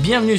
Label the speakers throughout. Speaker 1: Bienvenue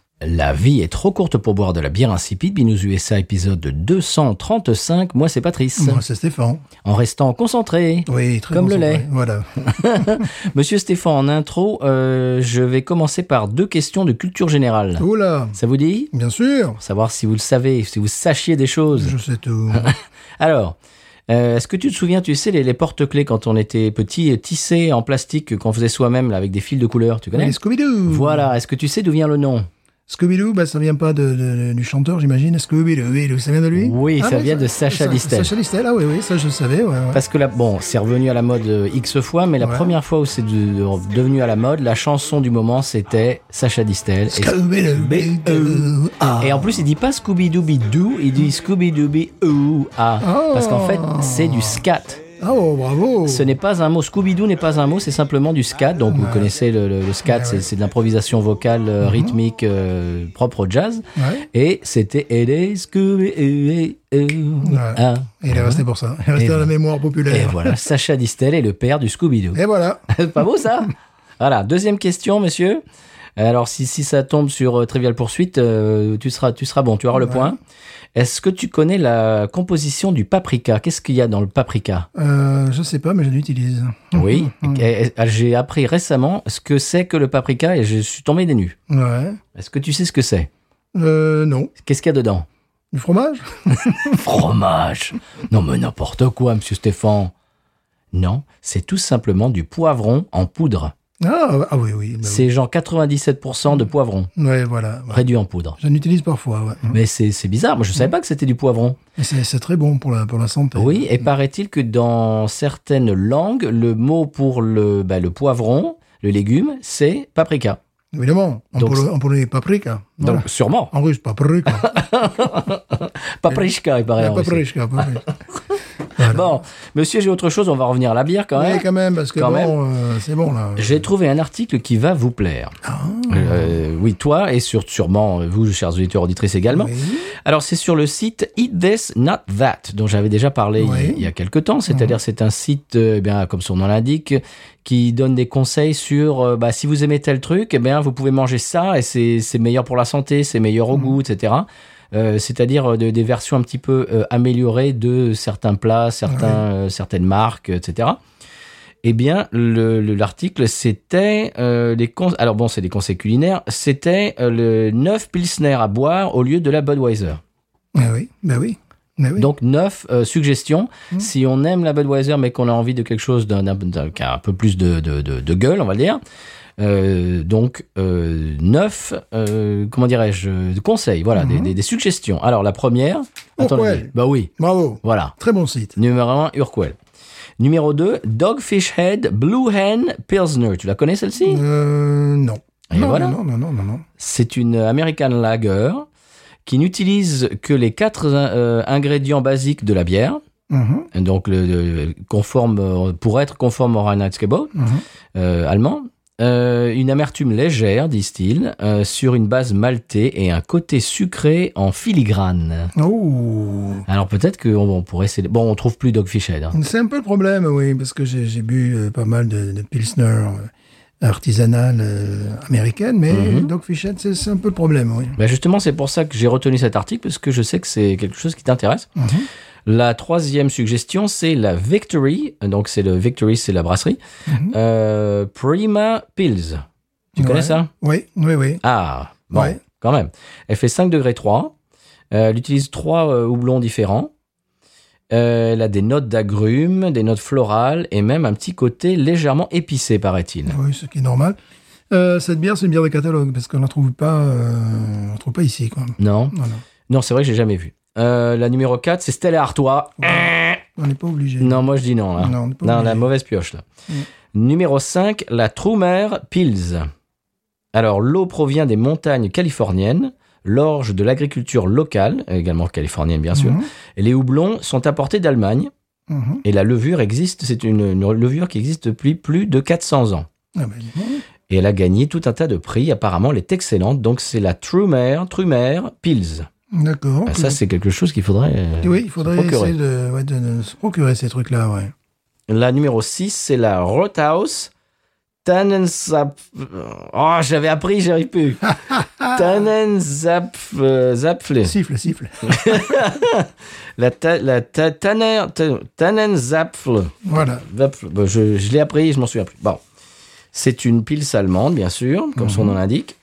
Speaker 1: La vie est trop courte pour boire de la bière insipide. Binous USA épisode 235. Moi, c'est Patrice.
Speaker 2: Moi, c'est Stéphane.
Speaker 1: En restant concentré.
Speaker 2: Oui, très
Speaker 1: Comme le
Speaker 2: concentré.
Speaker 1: lait.
Speaker 2: Voilà.
Speaker 1: Monsieur Stéphane, en intro, euh, je vais commencer par deux questions de culture générale.
Speaker 2: Oula.
Speaker 1: Ça vous dit
Speaker 2: Bien sûr.
Speaker 1: Pour savoir si vous le savez, si vous sachiez des choses.
Speaker 2: Je sais tout.
Speaker 1: Ah, Alors, euh, est-ce que tu te souviens, tu sais, les, les porte-clés quand on était petit, euh, tissés en plastique, euh, qu'on faisait soi-même là, avec des fils de couleur, tu connais
Speaker 2: Et Scooby-Doo.
Speaker 1: Voilà, est-ce que tu sais d'où vient le nom
Speaker 2: Scooby-Doo, bah, ça vient pas de, de- du chanteur, j'imagine. Scooby-Doo, oui, ça vient de lui
Speaker 1: Oui,
Speaker 2: Ah,
Speaker 1: ça
Speaker 2: oui,
Speaker 1: vient de Sacha
Speaker 2: ça-
Speaker 1: Distel.
Speaker 2: Sacha Distel, ah oui, oui, ça je le savais. Ouais, ouais.
Speaker 1: Parce que là, bon, c'est revenu à la mode euh, X fois, mais la
Speaker 2: Ouais.
Speaker 1: première fois où c'est de- de- devenu à la mode, la chanson du moment, c'était Sacha Distel. Et-
Speaker 2: Scooby-Doo. Ah.
Speaker 1: Et en plus, il dit pas Scooby-Dooby-Doo, il dit Scooby-Dooby-Ooh. Ah.
Speaker 2: Oh.
Speaker 1: Parce qu'en fait, c'est du scat.
Speaker 2: Oh, bravo.
Speaker 1: Ce n'est pas un mot. Scooby-Doo n'est pas un mot, c'est simplement du scat. Donc vous connaissez le, le- le scat,
Speaker 2: Ouais,
Speaker 1: c'est
Speaker 2: ouais. Mm-hmm.
Speaker 1: c'est de l'improvisation vocale euh, rythmique euh, propre au jazz.
Speaker 2: Ouais.
Speaker 1: Et c'était E It is Scooby-Doo.
Speaker 2: Ouais.
Speaker 1: Ah.
Speaker 2: Et il est resté pour ça. Il est resté
Speaker 1: Et
Speaker 2: dans la
Speaker 1: voilà.
Speaker 2: mémoire populaire.
Speaker 1: Et voilà, Sacha Distel est le père du Scooby-Doo.
Speaker 2: Et voilà.
Speaker 1: C'est pas beau ça Voilà, deuxième question, monsieur. Alors, si, si ça tombe sur euh, Trivial Poursuite, euh, tu, seras, tu seras bon, tu auras le point. Est-ce que tu connais la composition du paprika Qu'est-ce qu'il y a dans le paprika
Speaker 2: Euh, je sais pas, mais je l'utilise.
Speaker 1: Oui,
Speaker 2: Mhm.
Speaker 1: et- et- j'ai appris récemment ce que c'est que le paprika et je suis tombé des nues.
Speaker 2: Ouais.
Speaker 1: Est-ce que tu sais ce que c'est
Speaker 2: Euh, non.
Speaker 1: Qu'est-ce qu'il y a dedans
Speaker 2: Du fromage
Speaker 1: Fromage Non mais n'importe quoi, monsieur Stéphane Non, c'est tout simplement du poivron en poudre.
Speaker 2: ah, ah oui, oui. bah oui.
Speaker 1: C'est genre 97% de poivron
Speaker 2: Ouais, voilà. ouais. Mmh.
Speaker 1: réduit en poudre.
Speaker 2: J'en utilise parfois, ouais.
Speaker 1: Mais c'est c'est bizarre, moi je savais pas que c'était du poivron.
Speaker 2: Et C'est c'est très bon pour la, pour la santé.
Speaker 1: Oui, et paraît-il que dans certaines langues, le mot pour le, bah, le poivron, le légume, c'est paprika.
Speaker 2: Évidemment. En,
Speaker 1: Donc,
Speaker 2: polo- en polonais, paprika. Voilà.
Speaker 1: Donc sûrement,
Speaker 2: En russe, paprika.
Speaker 1: paprika il paraît.
Speaker 2: Ah,
Speaker 1: en Russie.
Speaker 2: paprika, paprika. Voilà.
Speaker 1: Bon, monsieur, j'ai autre chose, on va revenir à la bière quand
Speaker 2: Ouais,
Speaker 1: même.
Speaker 2: quand même, parce que
Speaker 1: Quand
Speaker 2: bon, euh, c'est bon, là.
Speaker 1: J'ai trouvé un article qui va vous plaire.
Speaker 2: Ah
Speaker 1: Euh, oui, toi et sur- sûrement euh, vous, chers auditeurs, auditrices également.
Speaker 2: Oui.
Speaker 1: Alors, c'est sur le site Eat This Not That, dont j'avais déjà parlé il-
Speaker 2: Oui. Mhm.
Speaker 1: il, y a quelques temps. C'est-à-dire, c'est un site, euh, eh bien, comme son nom l'indique, qui donne des conseils sur euh, bah, si vous aimez tel truc, eh bien, vous pouvez manger ça et c'est c'est meilleur pour la santé, c'est meilleur
Speaker 2: Mhm.
Speaker 1: au goût, etc. Euh, c'est-à-dire euh, de- des versions un petit peu euh, améliorées de certains plats, certains, euh, certaines marques, etc. Eh bien, le- le- l'article, c'était euh, les cons- Alors bon, c'est des conseils culinaires. C'était euh, le 9 Pilsner à boire au lieu de la Budweiser.
Speaker 2: Ah oui, ben oui. Ben oui.
Speaker 1: Donc, 9 euh, suggestions. Si on aime la Budweiser, mais qu'on a envie de quelque chose d'un, d'un- d'un- qui a un peu plus de, de- de- de gueule, on va dire. euh, donc, 9, comment dirais-je, conseils, voilà, des, des- des suggestions. Alors, la première. attendez,
Speaker 2: Urquell.
Speaker 1: Bah oui,
Speaker 2: Bravo.
Speaker 1: voilà.
Speaker 2: Très bon site.
Speaker 1: Numéro 1, Urquell. Numéro 2, Dogfish Head Blue Hen Pilsner. Tu la connais celle-ci
Speaker 2: Euh, non.
Speaker 1: Et
Speaker 2: non,
Speaker 1: voilà.
Speaker 2: non, non, non, non, non.
Speaker 1: C'est une American Lager qui n'utilise que les quatre euh, ingrédients basiques de la bière.
Speaker 2: Mhm,
Speaker 1: Donc, le, le- conforme, euh, pour être conforme au Reinheitsgebot
Speaker 2: mhm.
Speaker 1: euh, allemand. Euh, une amertume légère, disent-ils, euh, sur une base maltée et un côté sucré en filigrane.
Speaker 2: Oh.
Speaker 1: Alors peut-être que on, on pourrait essayer. Bon, on trouve plus Dogfish Head. hein.
Speaker 2: C'est un peu le problème, oui, parce que j'ai j'ai bu euh, pas mal de, de Pilsner euh, artisanales euh, américaines, mais
Speaker 1: Mhm.
Speaker 2: Dogfish Head, c'est c'est un peu le problème, oui.
Speaker 1: Ben justement, c'est pour ça que j'ai retenu cet article parce que je sais que c'est quelque chose qui t'intéresse.
Speaker 2: Mhm.
Speaker 1: La troisième suggestion, c'est la Victory. Donc, c'est le Victory, c'est la brasserie.
Speaker 2: Mhm.
Speaker 1: Euh, Prima Pills. Tu connais
Speaker 2: Ouais.
Speaker 1: ça
Speaker 2: Oui, oui, oui.
Speaker 1: Ah, bon,
Speaker 2: Ouais.
Speaker 1: quand même. Elle fait 5 degrés 3. Euh, elle utilise trois euh, houblons différents. Euh, elle a des notes d'agrumes, des notes florales et même un petit côté légèrement épicé, paraît-il.
Speaker 2: Oui, ce qui est normal. Euh, cette bière, c'est une bière de catalogue, parce qu'on ne la trouve pas, euh, on la trouve pas ici, quoi.
Speaker 1: Non,
Speaker 2: Voilà.
Speaker 1: non c'est vrai que j'ai jamais vu. Euh, la numéro 4, c'est Stella Artois.
Speaker 2: On n'est pas obligé.
Speaker 1: Eh. Non, moi je dis non. hein. Là.
Speaker 2: Mm. Non, on n'est pas
Speaker 1: Non, la
Speaker 2: obligé.
Speaker 1: mauvaise pioche, là.
Speaker 2: Mm.
Speaker 1: Numéro 5, la Trumer Pils. Alors, l'eau provient des montagnes californiennes. l'orge de l'agriculture locale, également californienne bien sûr.
Speaker 2: Mhm.
Speaker 1: Et les houblons sont apportés d'Allemagne
Speaker 2: Mhm.
Speaker 1: et la levure existe, c'est une, une levure qui existe depuis plus de 400 ans.
Speaker 2: Ah ben, dis donc.
Speaker 1: Et elle a gagné tout un tas de prix, apparemment elle est excellente, donc c'est la Trumer, Trumer Pils.
Speaker 2: D'accord.
Speaker 1: Ah, ça c'est quelque chose qu'il faudrait... euh,
Speaker 2: oui, il faudrait
Speaker 1: se procurer.
Speaker 2: essayer de, ouais, de- de se procurer ces trucs-là, ouais.
Speaker 1: La numéro 6, c'est la Rothaus Tannenzapf. Oh, j'avais appris, j'arrive plus. Tannenzapf. euh, Zapfle.
Speaker 2: Siffle, siffle.
Speaker 1: La, ta, la ta, Tanner. ta- Tannenzapfle.
Speaker 2: Voilà.
Speaker 1: Zapfle. Bah, je je l'ai appris, je m'en souviens plus. Bon. C'est une pile allemande, bien sûr, comme
Speaker 2: Mhm.
Speaker 1: son nom l'indique.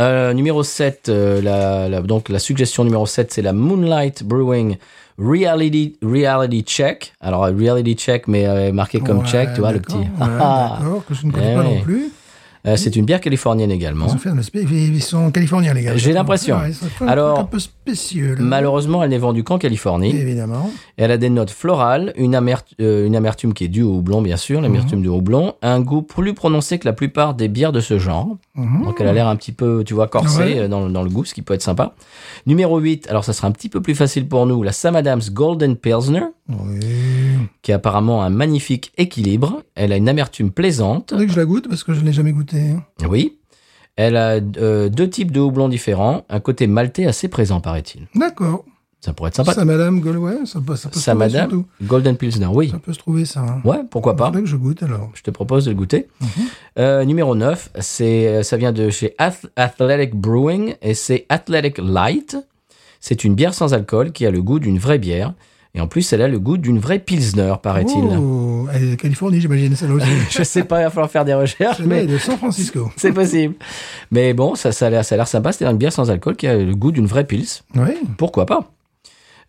Speaker 1: Euh, numéro 7, euh, la, la- donc la suggestion numéro 7, c'est la Moonlight Brewing Reality, reality Check. Alors, euh, Reality Check, mais euh, marqué comme
Speaker 2: Ouais,
Speaker 1: check, tu vois, le petit.
Speaker 2: d'accord, ouais,
Speaker 1: Ah, ah.
Speaker 2: d'accord, que je ne
Speaker 1: Eh
Speaker 2: connais pas
Speaker 1: ouais.
Speaker 2: non plus.
Speaker 1: Euh, c'est une bière californienne également.
Speaker 2: Ils, ont fait un aspect- ils sont californiens, les gars.
Speaker 1: J'ai l'impression.
Speaker 2: Ouais, ils sont un
Speaker 1: Alors,
Speaker 2: truc un peu spécieux. là.
Speaker 1: Malheureusement, elle n'est vendue qu'en Californie.
Speaker 2: Évidemment.
Speaker 1: Elle a des notes florales, une, amert- euh, une amertume qui est due au houblon, bien
Speaker 2: Mhm.
Speaker 1: sûr, l'amertume du houblon, un goût plus prononcé que la plupart des bières de ce genre.
Speaker 2: Mhm.
Speaker 1: Donc elle a l'air un petit peu, tu vois, corsée
Speaker 2: Ouais.
Speaker 1: euh, dans, le- dans le goût, ce qui peut être sympa. Numéro 8, alors ça sera un petit peu plus facile pour nous, la Sam Adams Golden Pilsner,
Speaker 2: Oui.
Speaker 1: qui a apparemment un magnifique équilibre. Elle a une amertume plaisante,
Speaker 2: Attendez que je la goûte parce que je ne l'ai jamais goûtée.
Speaker 1: oui. Elle a euh, deux types de houblon différents, un côté maltais assez présent, paraît-il.
Speaker 2: D'accord.
Speaker 1: Ça pourrait être sympa.
Speaker 2: Ça, madame Galway, ça peut, ça peut se
Speaker 1: Sa
Speaker 2: trouver
Speaker 1: Madame
Speaker 2: surtout.
Speaker 1: Golden Pilsner, oui.
Speaker 2: Ça peut se trouver, ça. hein.
Speaker 1: Ouais, pourquoi pas.
Speaker 2: Faudrait que je goûte alors.
Speaker 1: Je te propose de le goûter. Euh, numéro 9, c'est, euh, ça vient de chez Ath- Athletic Brewing et c'est Athletic Light. C'est une bière sans alcool qui a le goût d'une vraie bière. Et en plus, elle a le goût d'une vraie Pilsner, paraît-il.
Speaker 2: Oh, elle est de Californie, j'imagine, celle-là aussi.
Speaker 1: Je sais pas, il va falloir faire des recherches,
Speaker 2: Celle-là est
Speaker 1: mais
Speaker 2: de San Francisco.
Speaker 1: c'est possible. Mais bon, ça, ça a l'air ça a l'air sympa. C'est une bière sans alcool qui a le goût d'une vraie Pils.
Speaker 2: Oui.
Speaker 1: Pourquoi pas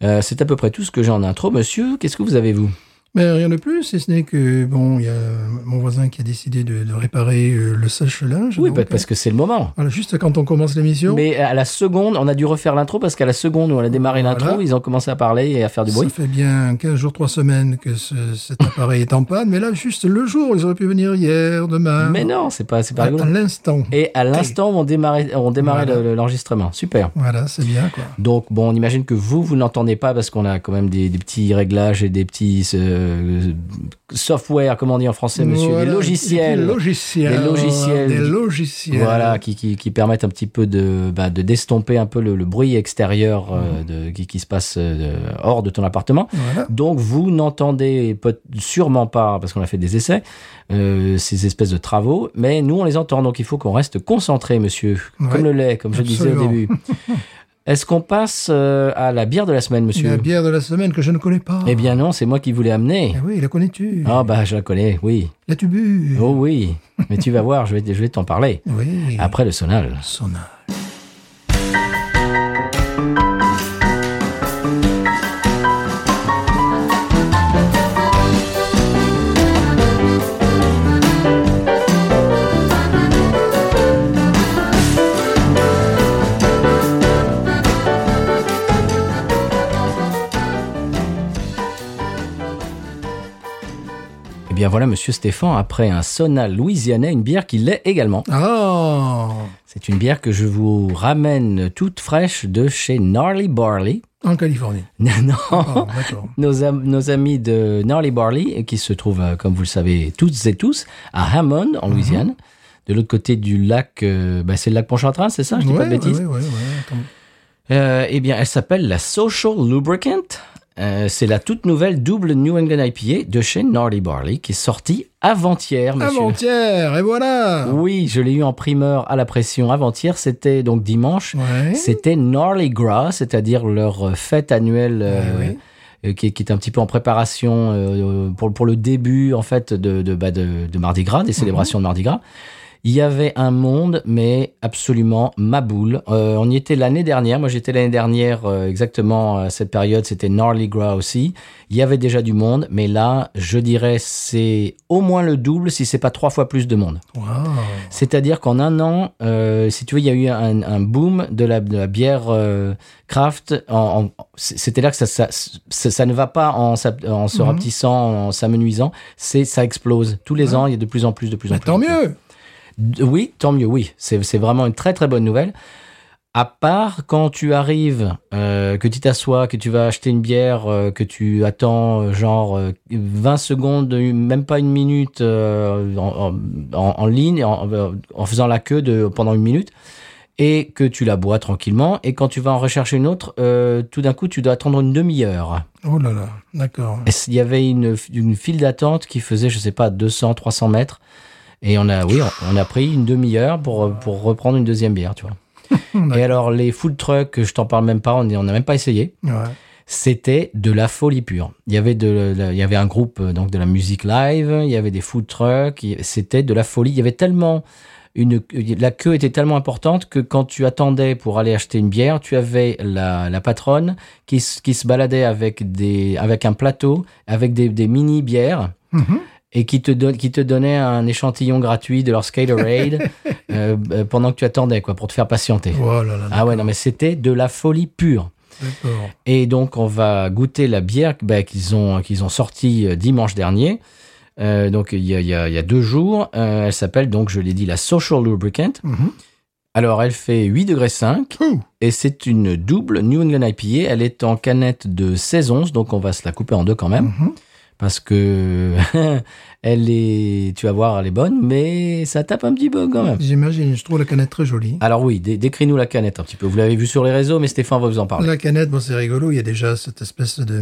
Speaker 1: Euh, C'est à peu près tout ce que j'ai en intro, monsieur. Qu'est-ce que vous avez, vous
Speaker 2: Mais rien de plus, si ce n'est que, bon, il y a mon voisin qui a décidé de, de réparer euh, le sèche-linge.
Speaker 1: Oui,
Speaker 2: donc,
Speaker 1: bah, parce que c'est le moment.
Speaker 2: Voilà, juste quand on commence l'émission,
Speaker 1: Mais à la seconde, on a dû refaire l'intro parce qu'à la seconde où on a démarré l'intro,
Speaker 2: Voilà.
Speaker 1: ils ont commencé à parler et à faire du
Speaker 2: ça
Speaker 1: bruit.
Speaker 2: fait bien 15 jours, 3 semaines que ce- cet appareil est en panne. Mais là, juste le jour, ils auraient pu venir hier, demain.
Speaker 1: Mais non, c'est pas, c'est
Speaker 2: à,
Speaker 1: pas
Speaker 2: à
Speaker 1: rigolo.
Speaker 2: l'instant.
Speaker 1: Et à l'instant, on démarrait, on démarrait
Speaker 2: Voilà.
Speaker 1: le- le- l'enregistrement. Super.
Speaker 2: Voilà, c'est bien, quoi.
Speaker 1: Donc bon, on imagine que vous, vous n'entendez pas parce qu'on a quand même des, des petits réglages et des petits euh, software, comment on dit en français, monsieur,
Speaker 2: Voilà,
Speaker 1: des
Speaker 2: Des
Speaker 1: logiciels.
Speaker 2: logiciels.
Speaker 1: Des logiciels.
Speaker 2: Des logiciels.
Speaker 1: Voilà, qui, qui, qui permettent un petit peu de, bah, de d'estomper un peu le, le bruit extérieur euh,
Speaker 2: Mmh.
Speaker 1: de, qui, qui se passe euh, hors de ton appartement.
Speaker 2: Voilà.
Speaker 1: Donc vous n'entendez peut- sûrement pas, parce qu'on a fait des essais, euh, ces espèces de travaux, mais nous on les entend, donc il faut qu'on reste concentré, monsieur,
Speaker 2: Ouais.
Speaker 1: comme le lait, comme je disais au
Speaker 2: Absolument.
Speaker 1: début. Est-ce qu'on passe euh, à la bière de la semaine, monsieur
Speaker 2: La bière de la semaine que je ne connais pas.
Speaker 1: Eh bien non, c'est moi qui vous l'ai amenée.
Speaker 2: Eh oui, la connais-tu
Speaker 1: Ah bah je la connais, oui.
Speaker 2: La tubu.
Speaker 1: Oh Ah. oui, mais tu vas voir, je vais, je vais t'en parler.
Speaker 2: Oui.
Speaker 1: Après le sonal.
Speaker 2: Sona.
Speaker 1: Eh bien voilà, monsieur Stéphane, après un sonal louisianais, une bière qui l'est également.
Speaker 2: Ah
Speaker 1: C'est une bière que je vous ramène toute fraîche de chez Gnarly Barley.
Speaker 2: En Californie.
Speaker 1: Non, non.
Speaker 2: Ah, d'accord.
Speaker 1: Nos, am- nos amis de Gnarly Barley, qui se trouvent, euh, comme vous le savez toutes et tous, à Hammond,
Speaker 2: Mhm.
Speaker 1: en Louisiane, de l'autre côté du lac, euh, bah, c'est le lac Pontchartrain, c'est ça Je dis pas de
Speaker 2: Ouais,
Speaker 1: bêtises.
Speaker 2: ouais, ouais, ouais, ouais, attends.
Speaker 1: Euh, eh bien, elle s'appelle la Social Lubricant. Euh, c'est la toute nouvelle double New England IPA de chez Gnarly Barley, qui est sortie avant-hier, monsieur.
Speaker 2: Avant-hier, et voilà
Speaker 1: oui, je l'ai eu en primeur à la pression avant-hier, c'était donc dimanche.
Speaker 2: Ouais.
Speaker 1: C'était Gnarly Gras, c'est-à-dire leur euh, fête annuelle euh,
Speaker 2: Ouais, ouais.
Speaker 1: euh, qui, est- qui est un petit peu en préparation euh, pour, pour le début en fait de, de, bah, de, de Mardi Gras, des célébrations de Mardi Gras. Il y avait un monde, mais absolument maboule. Euh, on y était l'année dernière. Moi, j'étais l'année dernière euh, exactement à cette période. C'était Gnarly Gras aussi. Il y avait déjà du monde, mais là, je dirais, c'est au moins le double, si c'est pas trois fois plus de monde.
Speaker 2: Waouh.
Speaker 1: C'est-à-dire qu'en un an, euh, si tu veux, il y a eu un, un boom de la, de la bière euh, craft. En, en- C'était là que ça, ça, ça, ça ne va pas en, s'ap- en se
Speaker 2: Mhm.
Speaker 1: rapetissant, en s'amenuisant. C'est ça explose. Tous les
Speaker 2: Ouais. Bah,
Speaker 1: ans, il y a de plus en plus, de plus en
Speaker 2: Mais
Speaker 1: plus.
Speaker 2: tant mieux
Speaker 1: D- Oui, tant mieux. Oui, c'est c'est vraiment une très très bonne nouvelle. À part quand tu arrives, euh, que tu t'assois, que tu vas acheter une bière, euh, que tu attends euh, genre euh, 20 secondes, une- même pas une minute euh, en, en- en- en ligne, en, en faisant la queue de, pendant une minute, et que tu la bois tranquillement, et quand tu vas en rechercher une autre, euh, tout d'un coup tu dois attendre une demi-heure.
Speaker 2: Oh là là, d'accord.
Speaker 1: Est-ce- Il y avait une, une file d'attente qui faisait, je sais pas, 200, 300 mètres. Et on a, oui, on- on a pris une demi-heure pour, euh, pour reprendre une deuxième bière, tu vois. Et alors, les food trucks, je t'en parle même pas, on n'a même pas essayé.
Speaker 2: Ouais.
Speaker 1: C'était de la folie pure. Il y avait de, la- il y avait un groupe, euh, donc, de la musique live, il y avait des food trucks, il- c'était de la folie. Il y avait tellement une, la queue était tellement importante que quand tu attendais pour aller acheter une bière, tu avais la, la patronne qui, se- qui se baladait avec des, avec un plateau, avec des, des mini bières
Speaker 2: Mhm.
Speaker 1: et qui te, donne, qui te donnait un échantillon gratuit de leur Skaterade euh, euh, pendant que tu attendais, quoi, pour te faire patienter.
Speaker 2: Oh là là,
Speaker 1: Ah ouais, non, mais c'était de la folie pure.
Speaker 2: d'accord.
Speaker 1: Et donc, on va goûter la bière bah, qu'ils ont, qu'ils ont sortie euh, dimanche dernier. Euh, donc, il y a, il y a- il y a deux jours. Euh, elle s'appelle, donc, je l'ai dit, la Social Lubricant.
Speaker 2: Mhm.
Speaker 1: Alors, elle fait 8 degrés 5
Speaker 2: Ouh.
Speaker 1: et c'est une double New England IPA. Elle est en canette de 16 onces, donc on va se la couper en deux quand même
Speaker 2: Mhm.
Speaker 1: parce que elle est, tu vas voir, elle est bonne, mais ça tape un petit peu quand même.
Speaker 2: J'imagine, je trouve la canette très jolie.
Speaker 1: Alors oui, dé- décris-nous la canette un petit peu. Vous l'avez vu sur les réseaux, mais Stéphane va vous en parler.
Speaker 2: La canette, bon, c'est rigolo. Il y a déjà cette espèce de,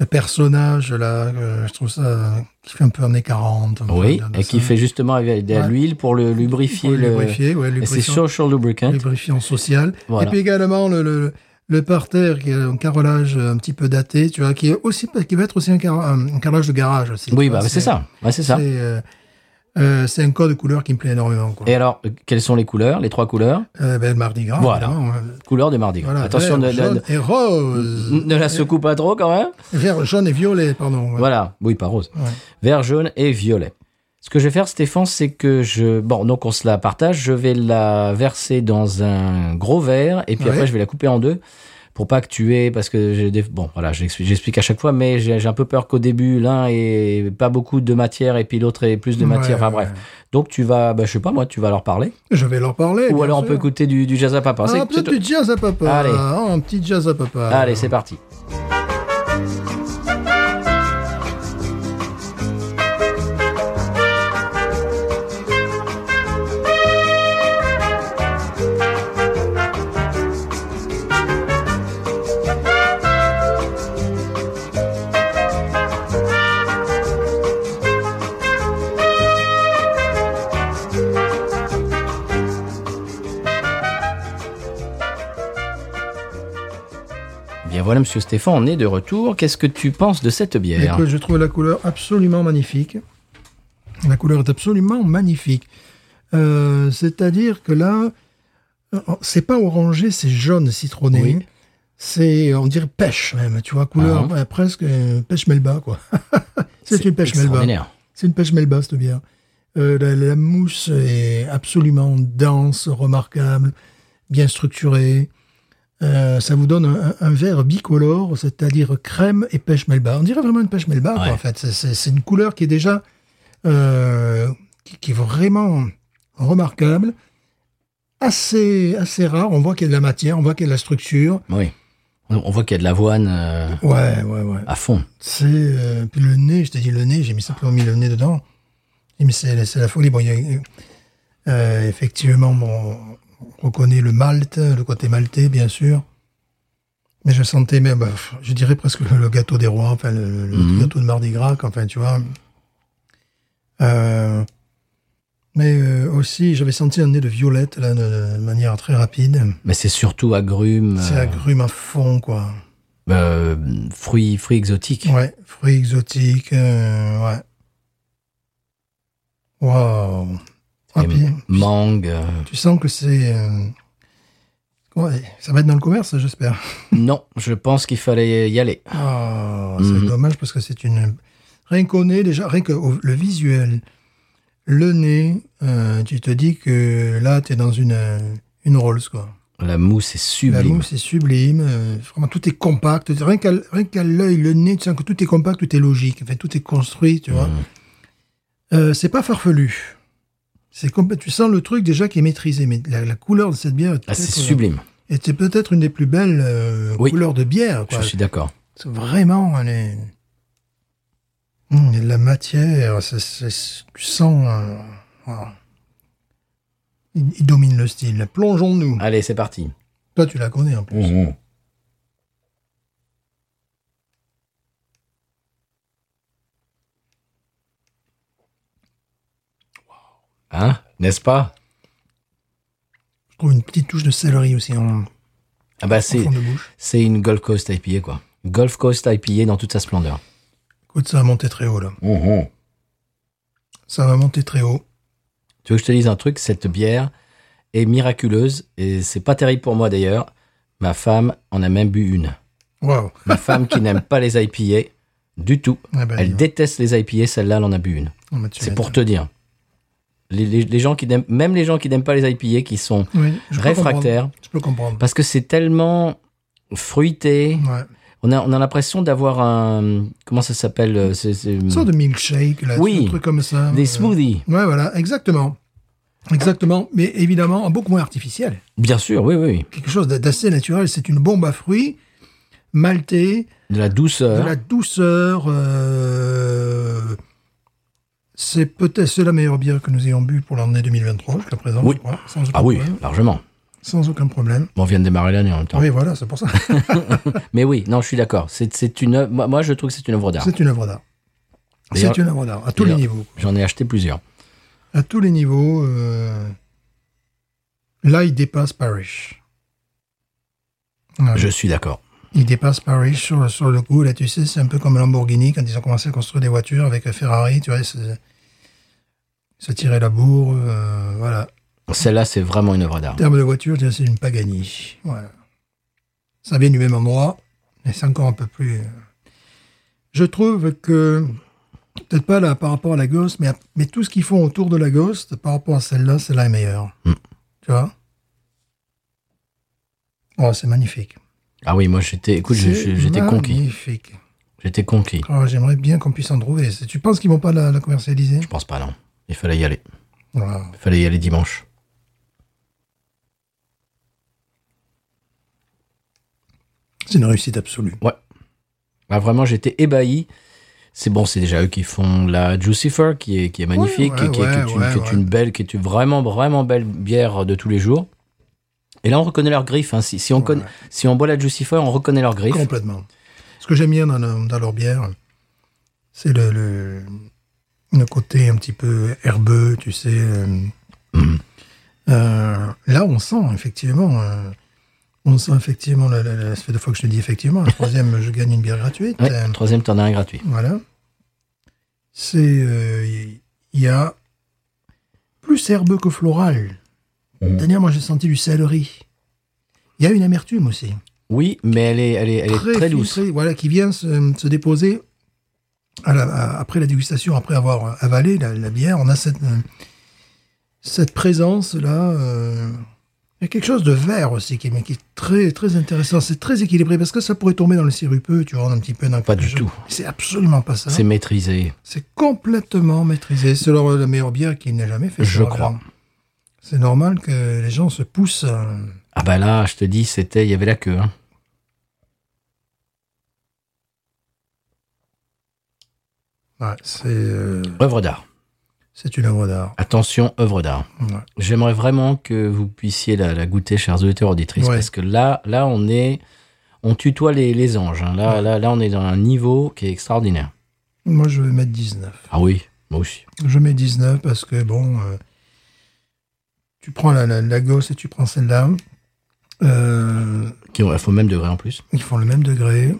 Speaker 2: de personnage là. euh, je trouve ça euh, qui fait un peu années 40. enfin,
Speaker 1: oui,
Speaker 2: dans
Speaker 1: et qui
Speaker 2: ça.
Speaker 1: fait justement avec de
Speaker 2: Ouais.
Speaker 1: l'huile pour le lubrifier.
Speaker 2: Pour
Speaker 1: le-
Speaker 2: lubrifier, ouais,
Speaker 1: Et c'est
Speaker 2: lubrifiant,
Speaker 1: social lubricant.
Speaker 2: lubrifiant social.
Speaker 1: Voilà.
Speaker 2: Et puis également le, le, le parterre qui est un carrelage un petit peu daté, tu vois, qui est aussi qui va être aussi un, car- un- un carrelage de garage aussi.
Speaker 1: Oui,
Speaker 2: Tu vois,
Speaker 1: bah c'est ça. Ouais, c'est ça.
Speaker 2: C'est euh, euh, c'est un code couleur qui me plaît énormément. Quoi.
Speaker 1: Et alors, euh, quelles sont les couleurs Les trois couleurs
Speaker 2: Euh, ben, le mardi gras.
Speaker 1: Voilà.
Speaker 2: évidemment, hein.
Speaker 1: Couleurs de mardi. Gras.
Speaker 2: Voilà,
Speaker 1: Attention,
Speaker 2: vert,
Speaker 1: ne, ne-
Speaker 2: jaune et rose.
Speaker 1: ne- ne la secoue pas trop quand même.
Speaker 2: Vert, jaune et violet, pardon. ouais.
Speaker 1: Voilà, oui, pas rose.
Speaker 2: Ouais.
Speaker 1: Vert, jaune et violet. Ce que je vais faire, Stéphane, c'est que je. Bon, donc on se la partage. Je vais la verser dans un gros verre et puis
Speaker 2: Ouais.
Speaker 1: après, je vais la couper en deux pour pas que tu aies. Parce que j'ai des. Bon, voilà, j'explique j'explique à chaque fois, mais j'ai j'ai un peu peur qu'au début, l'un ait pas beaucoup de matière et puis l'autre ait plus de matière.
Speaker 2: Ouais,
Speaker 1: enfin, bref.
Speaker 2: ouais.
Speaker 1: Donc tu vas. Bah, je sais pas, moi, tu vas leur parler.
Speaker 2: Je vais leur parler.
Speaker 1: Ou
Speaker 2: Eh, bien
Speaker 1: alors on
Speaker 2: sûr.
Speaker 1: peut écouter du, du jazz à papa.
Speaker 2: Ah,
Speaker 1: C'est-
Speaker 2: un peu
Speaker 1: c'est-
Speaker 2: de jazz à papa.
Speaker 1: Allez.
Speaker 2: Ah, un petit jazz à papa.
Speaker 1: Allez, c'est parti. Bien voilà, monsieur Stéphane, on est de retour. Qu'est-ce que tu penses de cette bière
Speaker 2: Écoute, je trouve la couleur absolument magnifique. La couleur est absolument magnifique. Euh, C'est-à-dire que là, euh, c'est pas orangé, c'est jaune citronné.
Speaker 1: Oui.
Speaker 2: C'est, on dirait pêche même, tu vois, couleur
Speaker 1: Ah.
Speaker 2: ouais, presque euh, pêche melba, quoi. c'est une pêche melba.
Speaker 1: extraordinaire.
Speaker 2: C'est une pêche melba, cette bière. Euh, la, la mousse est absolument dense, remarquable, bien structurée. Euh, ça vous donne un, un verre bicolore, c'est-à-dire crème et pêche melba. On dirait vraiment une pêche melba, quoi,
Speaker 1: Ouais.
Speaker 2: en fait. C'est- C'est c'est une couleur qui est déjà euh, qui, qui est vraiment remarquable, assez assez rare. On voit qu'il y a de la matière, on voit qu'il y a de la structure.
Speaker 1: Oui. On on voit qu'il y a de l'avoine euh,
Speaker 2: Ouais, ouais, ouais.
Speaker 1: à fond.
Speaker 2: C'est euh, puis le nez, je t'ai dit le nez, j'ai mis simplement mis le nez dedans. Et Mais c'est c'est la folie. Bon, il y a, euh, effectivement, bon, on reconnaît le malt, le côté maltais, bien sûr. Mais je sentais même, bah, pff, je dirais presque le gâteau des rois, enfin le, le
Speaker 1: Mhm.
Speaker 2: gâteau de Mardi Gras, quoi, enfin tu vois. Euh, mais euh, aussi, j'avais senti un nez de violette là, de, de manière très rapide.
Speaker 1: Mais c'est surtout agrumes,
Speaker 2: C'est
Speaker 1: euh,
Speaker 2: agrumes à fond, quoi.
Speaker 1: euh, fruits, fruits exotiques.
Speaker 2: Ouais, fruits exotiques, euh, ouais. Waouh. Ah,
Speaker 1: Et
Speaker 2: puis,
Speaker 1: Mangue. euh,
Speaker 2: tu sens que c'est. euh, Ouais, ça va être dans le commerce, j'espère.
Speaker 1: Non, je pense qu'il fallait y aller.
Speaker 2: Ah, c'est
Speaker 1: Mhm.
Speaker 2: dommage parce que c'est une. Rien qu'on est déjà, rien que au- le visuel, le nez, euh, tu te dis que là, tu es dans une, euh, une Rolls, quoi.
Speaker 1: La mousse est
Speaker 2: La
Speaker 1: sublime.
Speaker 2: mousse est sublime, euh, vraiment tout est compact. Rien qu'à rien qu'à l'œil, le nez, tu sens que tout est compact, tout est logique, enfin, tout est construit, tu vois.
Speaker 1: Mhm.
Speaker 2: Euh, c'est pas farfelu. C'est compl- tu sens le truc déjà qui est maîtrisé, mais la, la couleur de cette bière est,
Speaker 1: Ah, c'est
Speaker 2: peut-être-
Speaker 1: sublime.
Speaker 2: Et c'est peut-être une des plus belles euh,
Speaker 1: Oui.
Speaker 2: couleurs de bière.
Speaker 1: Je
Speaker 2: quoi.
Speaker 1: suis d'accord.
Speaker 2: C'est Vraiment, elle est. Hum, il y a de la matière, c'est- c'est- tu sens. euh, voilà. il, il domine le style. Plongeons-nous.
Speaker 1: Allez, c'est parti.
Speaker 2: Toi, tu la connais en plus.
Speaker 1: Mhm. Hein N'est-ce pas
Speaker 2: Je trouve Oh, une petite touche de céleri aussi hein, en, en
Speaker 1: Ah bah c'est
Speaker 2: fond de bouche.
Speaker 1: c'est une Gold Coast IPA quoi. Gold Coast IPA dans toute sa splendeur.
Speaker 2: Écoute, ça va monter très haut là. Ça va monter très haut.
Speaker 1: Tu veux que je te dise un truc Cette bière est miraculeuse et c'est pas terrible pour moi d'ailleurs. Ma femme en a même bu une.
Speaker 2: Waouh.
Speaker 1: Ma femme qui n'aime pas les IPA du tout.
Speaker 2: Ah bah, dis
Speaker 1: Elle
Speaker 2: donc.
Speaker 1: déteste les IPA, celle-là, elle en a bu une.
Speaker 2: Ah bah, tu
Speaker 1: C'est
Speaker 2: m'étonnes.
Speaker 1: pour te dire. Les, les- les gens qui n'aiment- même les gens qui n'aiment pas les IPA, qui sont
Speaker 2: Oui, je peux
Speaker 1: réfractaires,
Speaker 2: comprendre. Je peux comprendre.
Speaker 1: parce que c'est tellement fruité.
Speaker 2: Ouais.
Speaker 1: On a, on a l'impression d'avoir un. Comment ça s'appelle euh, c'est- c'est-
Speaker 2: Une sorte de milkshake, là,
Speaker 1: Oui.
Speaker 2: un truc comme ça.
Speaker 1: Des
Speaker 2: Euh,
Speaker 1: smoothies.
Speaker 2: Ouais, voilà, exactement. Exactement, mais évidemment beaucoup moins artificiel.
Speaker 1: Bien sûr, oui, oui.
Speaker 2: Quelque chose d'a- d'assez naturel. C'est une bombe à fruits, maltée,
Speaker 1: De la
Speaker 2: de
Speaker 1: douceur.
Speaker 2: la douceur. euh, C'est peut-être c'est la meilleure bière que nous ayons bu pour l'année 2023 jusqu'à présent.
Speaker 1: Oui.
Speaker 2: je crois, sans aucun
Speaker 1: Ah oui,
Speaker 2: problème.
Speaker 1: largement.
Speaker 2: Sans aucun problème.
Speaker 1: Bon, on vient de démarrer l'année en même temps.
Speaker 2: Oui, voilà, c'est pour ça.
Speaker 1: Mais oui, non, je suis d'accord. C'est c'est une. œuvre- Moi, moi, je trouve que c'est une œuvre d'art.
Speaker 2: c'est une œuvre d'art.
Speaker 1: D'ailleurs-
Speaker 2: C'est une œuvre d'art à tous les
Speaker 1: d'ailleurs-
Speaker 2: niveaux.
Speaker 1: J'en ai acheté plusieurs.
Speaker 2: À tous les niveaux. euh, Là, il dépasse Parrish. Ah,
Speaker 1: Je suis d'accord.
Speaker 2: Il dépasse Paris sur, sur le coup. Là, tu sais, c'est un peu comme Lamborghini quand ils ont commencé à construire des voitures avec Ferrari. Tu vois, c'est- se tirer la bourre. euh, voilà.
Speaker 1: Celle-là, c'est vraiment une œuvre d'art.
Speaker 2: En termes de voiture, je dirais, c'est une Pagani. Voilà. Ça vient du même endroit, mais c'est encore un peu plus. euh. Je trouve que, peut-être pas là, par rapport à la Ghost, mais, à- mais tout ce qu'ils font autour de la Ghost, par rapport à celle-là, celle-là est meilleure.
Speaker 1: Mm.
Speaker 2: Tu vois Oh, c'est magnifique.
Speaker 1: Ah oui, moi, j'étais. Écoute, je- je-
Speaker 2: C'est
Speaker 1: j'étais conquis.
Speaker 2: Magnifique.
Speaker 1: J'étais conquis.
Speaker 2: Oh, J'aimerais bien qu'on puisse en trouver. Tu penses qu'ils vont pas la, la commercialiser
Speaker 1: Je pense pas, non. Il fallait y aller.
Speaker 2: Waouh.
Speaker 1: Il fallait y aller dimanche.
Speaker 2: C'est une réussite absolue.
Speaker 1: Ah, vraiment, j'étais ébahi. C'est bon, c'est déjà eux qui font la Jucifer, qui est, qui est magnifique,
Speaker 2: ouais,
Speaker 1: qui, qui est- qui est
Speaker 2: ouais,
Speaker 1: une, qui est
Speaker 2: ouais,
Speaker 1: une belle, qui est une vraiment, vraiment belle bière de tous les jours. Et là, on reconnaît leurs griffes. hein. Si, si on
Speaker 2: Ouais.
Speaker 1: conna- si on boit la Jucifer, on reconnaît leurs griffes.
Speaker 2: Complètement. Ce que j'aime bien dans, leur- dans leur bière, c'est le, le, le côté un petit peu herbeux, tu sais. euh, euh, là, on sent effectivement. euh, on sent effectivement. La, la- la- ça fait deux fois que je te dis effectivement. La troisième, je gagne une bière gratuite.
Speaker 1: Ouais,
Speaker 2: Euh,
Speaker 1: troisième, t'en as un gratuit.
Speaker 2: Voilà. C'est. euh, Il y a plus herbeux que floral. Dernièrement, j'ai senti du céleri. Il y a une amertume aussi.
Speaker 1: Oui, mais elle est, elle est, elle est très, douce.
Speaker 2: filtrée, voilà, qui vient se, se déposer à la- à- après la dégustation, après avoir avalé la, la bière. On a cette, euh, cette présence-là. euh, il y a quelque chose de vert aussi qui, est- qui est très, très intéressant. C'est très équilibré parce que ça pourrait tomber dans le sirupeux, tu vois, un petit peu dans
Speaker 1: Pas
Speaker 2: quelque
Speaker 1: du
Speaker 2: chose.
Speaker 1: tout.
Speaker 2: C'est absolument pas ça.
Speaker 1: C'est maîtrisé.
Speaker 2: C'est complètement maîtrisé. C'est leur- la meilleure bière qu'il n'a jamais fait.
Speaker 1: Je
Speaker 2: ce rôle-là.
Speaker 1: crois.
Speaker 2: C'est normal que les gens se poussent. euh,
Speaker 1: Ah bah là, je te dis, c'était, il y avait la queue. hein.
Speaker 2: ouais, c'est euh,
Speaker 1: Œuvre d'art.
Speaker 2: c'est une œuvre d'art.
Speaker 1: Attention, œuvre d'art.
Speaker 2: Ouais.
Speaker 1: J'aimerais vraiment que vous puissiez la, la goûter, chers auditeurs auditrices,
Speaker 2: Ouais.
Speaker 1: parce que là, là, on est, on tutoie les, les anges. hein. Là,
Speaker 2: Ouais.
Speaker 1: là, là, on est dans un niveau qui est extraordinaire.
Speaker 2: Moi, je vais mettre 19.
Speaker 1: Ah oui, moi aussi.
Speaker 2: Je mets 19 parce que, bon, euh, tu prends la, la, la gosse et tu prends celle-là. Euh,
Speaker 1: Qui ont, elles font le même degré en plus.
Speaker 2: ils font le même degré.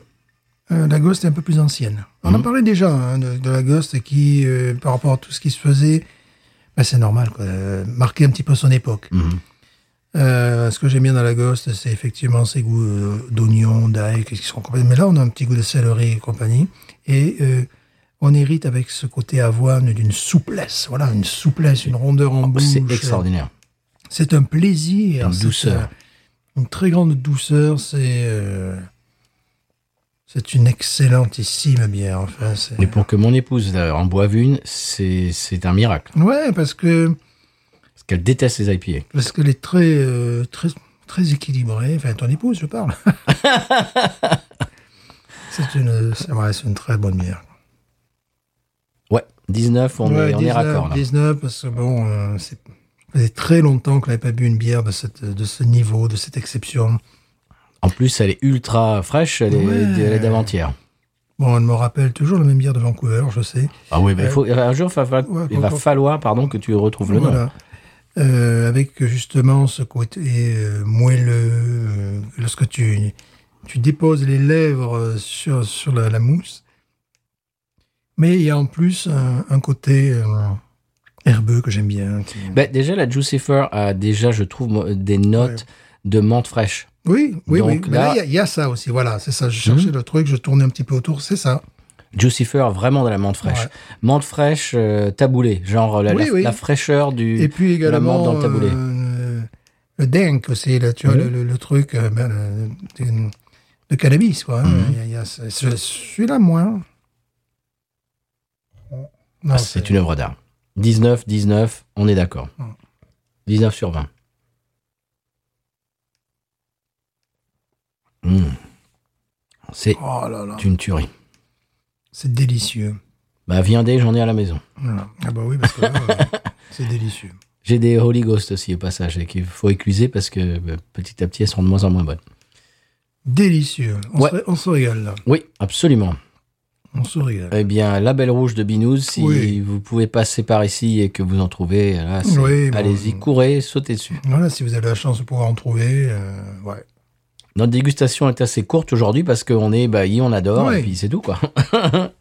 Speaker 2: Euh, la Ghost est un peu plus ancienne. On en
Speaker 1: Mhm.
Speaker 2: parlait déjà hein, de, de la Ghost qui, euh, par rapport à tout ce qui se faisait, bah, c'est normal, quoi, euh, marquer un petit peu son époque.
Speaker 1: Mhm.
Speaker 2: Euh, ce que j'aime bien dans la Ghost, c'est effectivement ces goûts euh, d'oignon, d'ail, qui sont complètement. Mais là, on a un petit goût de céleri et compagnie. Et euh, on hérite avec ce côté avoine d'une souplesse. Voilà, une souplesse, une rondeur en bouche.
Speaker 1: Oh, C'est extraordinaire.
Speaker 2: C'est un plaisir.
Speaker 1: Une
Speaker 2: c'est,
Speaker 1: douceur.
Speaker 2: euh, Une très grande douceur. C'est. euh, c'est une excellentissime bière. Enfin, c'est.
Speaker 1: Mais pour que mon épouse là, en boive une, c'est c'est un miracle.
Speaker 2: Ouais, parce que
Speaker 1: Parce qu'elle déteste les IPA.
Speaker 2: parce qu'elle est très euh, très très équilibré. Enfin, ton épouse, je parle. c'est une, c'est ouais, c'est une très bonne bière.
Speaker 1: Ouais, 19, on,
Speaker 2: Ouais,
Speaker 1: est, on est raccord là.
Speaker 2: 19, parce que bon, euh, c'est- ça faisait très longtemps qu'on n'avait pas bu une bière de, cette, de ce niveau, de cette exception.
Speaker 1: En plus, elle est ultra fraîche, elle est,
Speaker 2: Ouais.
Speaker 1: elle est d'avant-hier.
Speaker 2: Bon, elle me rappelle toujours la même bière de Vancouver, je sais.
Speaker 1: Ah oui, bah, il faut, un jour, il va, falloir-
Speaker 2: Ouais,
Speaker 1: il va
Speaker 2: quand-
Speaker 1: falloir pardon, que tu retrouves le nom.
Speaker 2: Voilà. Euh, avec justement ce côté euh, moelleux, euh, lorsque tu, tu déposes les lèvres euh, sur, sur la, la mousse. Mais il y a en plus un, un côté euh, herbeux que j'aime bien. qui-
Speaker 1: Bah, déjà, la Jucifer a déjà, je trouve, moi, des notes de menthe fraîche.
Speaker 2: oui, oui, oui.
Speaker 1: donc
Speaker 2: Mais là,
Speaker 1: là-
Speaker 2: Hum. il y a- il y, a ça aussi. Voilà, c'est ça. Je cherchais le truc, je tournais un petit peu autour, c'est ça.
Speaker 1: Jucifer, vraiment de la menthe fraîche.
Speaker 2: Ouais.
Speaker 1: Menthe fraîche euh, taboulée, genre la,
Speaker 2: Oui,
Speaker 1: la-
Speaker 2: oui.
Speaker 1: la fraîcheur du.
Speaker 2: Et puis
Speaker 1: de la
Speaker 2: également
Speaker 1: menthe dans le taboulé.
Speaker 2: euh, le denk aussi, là, tu vois,
Speaker 1: Mhm.
Speaker 2: le, le- le truc euh, ben, euh, de, de cannabis, quoi. hein.
Speaker 1: Mhm.
Speaker 2: Il y a- il y a ce- ce- Celui-là, Oh, moins. Non,
Speaker 1: Ah, c'est une œuvre d'art. 19, 19, on est d'accord.
Speaker 2: Mm.
Speaker 1: 19 sur 20. Mm. C'est
Speaker 2: Oh là là,
Speaker 1: une tuerie.
Speaker 2: c'est délicieux.
Speaker 1: Bah, viandez, j'en ai à la maison.
Speaker 2: Voilà. Ah bah oui, parce que là, euh, c'est délicieux.
Speaker 1: J'ai des Holy Ghost aussi au passage et qu'il faut écluser parce que bah, petit à petit elles sont de moins en moins bonnes.
Speaker 2: Délicieux. On,
Speaker 1: Ouais.
Speaker 2: se, ré- on se régale, là.
Speaker 1: Oui, absolument.
Speaker 2: On se régale.
Speaker 1: Eh bien, la Belle Rouge de Binous, si
Speaker 2: Oui.
Speaker 1: vous pouvez passer par ici et que vous en trouvez, eh là, c'est-
Speaker 2: Oui, bon.
Speaker 1: allez-y, courez, sautez dessus.
Speaker 2: Voilà, si vous avez la chance de pouvoir en trouver, euh, ouais.
Speaker 1: Notre dégustation est assez courte aujourd'hui parce qu'on est ébahi, on adore,
Speaker 2: Ouais.
Speaker 1: et puis c'est tout, quoi.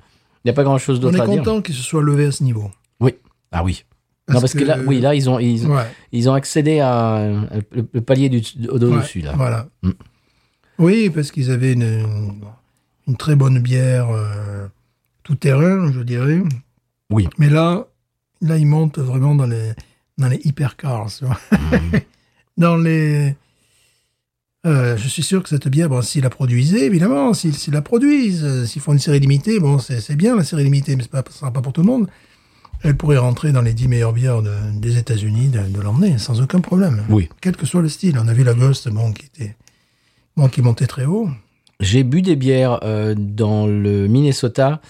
Speaker 1: Il n'y a pas grand-chose
Speaker 2: On
Speaker 1: d'autre
Speaker 2: est
Speaker 1: à dire.
Speaker 2: content qu'il se soit levé à ce niveau.
Speaker 1: Ah oui. non, parce que, là, oui, là, ils ont, ils,
Speaker 2: Ouais.
Speaker 1: ils ont accédé à euh, le, le palier du
Speaker 2: Ouais,
Speaker 1: au-dessus, là.
Speaker 2: Voilà.
Speaker 1: Mm.
Speaker 2: Oui, parce qu'ils avaient une, une, une très bonne bière euh, tout terrain, je dirais.
Speaker 1: Oui.
Speaker 2: Mais là, là, ils montent vraiment dans les, dans les hypercars. tu vois.
Speaker 1: Mm.
Speaker 2: dans les. Euh, je suis sûr que cette bière, bon, s'ils la produisaient, évidemment, s'ils s'ils la produisent, euh, s'ils font une série limitée, bon, c'est c'est bien la série limitée, mais ce ne sera pas pour tout le monde. Elle pourrait rentrer dans les 10 meilleures bières de- des États-Unis de, de l'année, sans aucun problème
Speaker 1: Oui.
Speaker 2: quel que soit le style. On a vu la Ghost, bon, qui était, bon, qui montait très haut.
Speaker 1: J'ai bu des bières euh, dans le Minnesota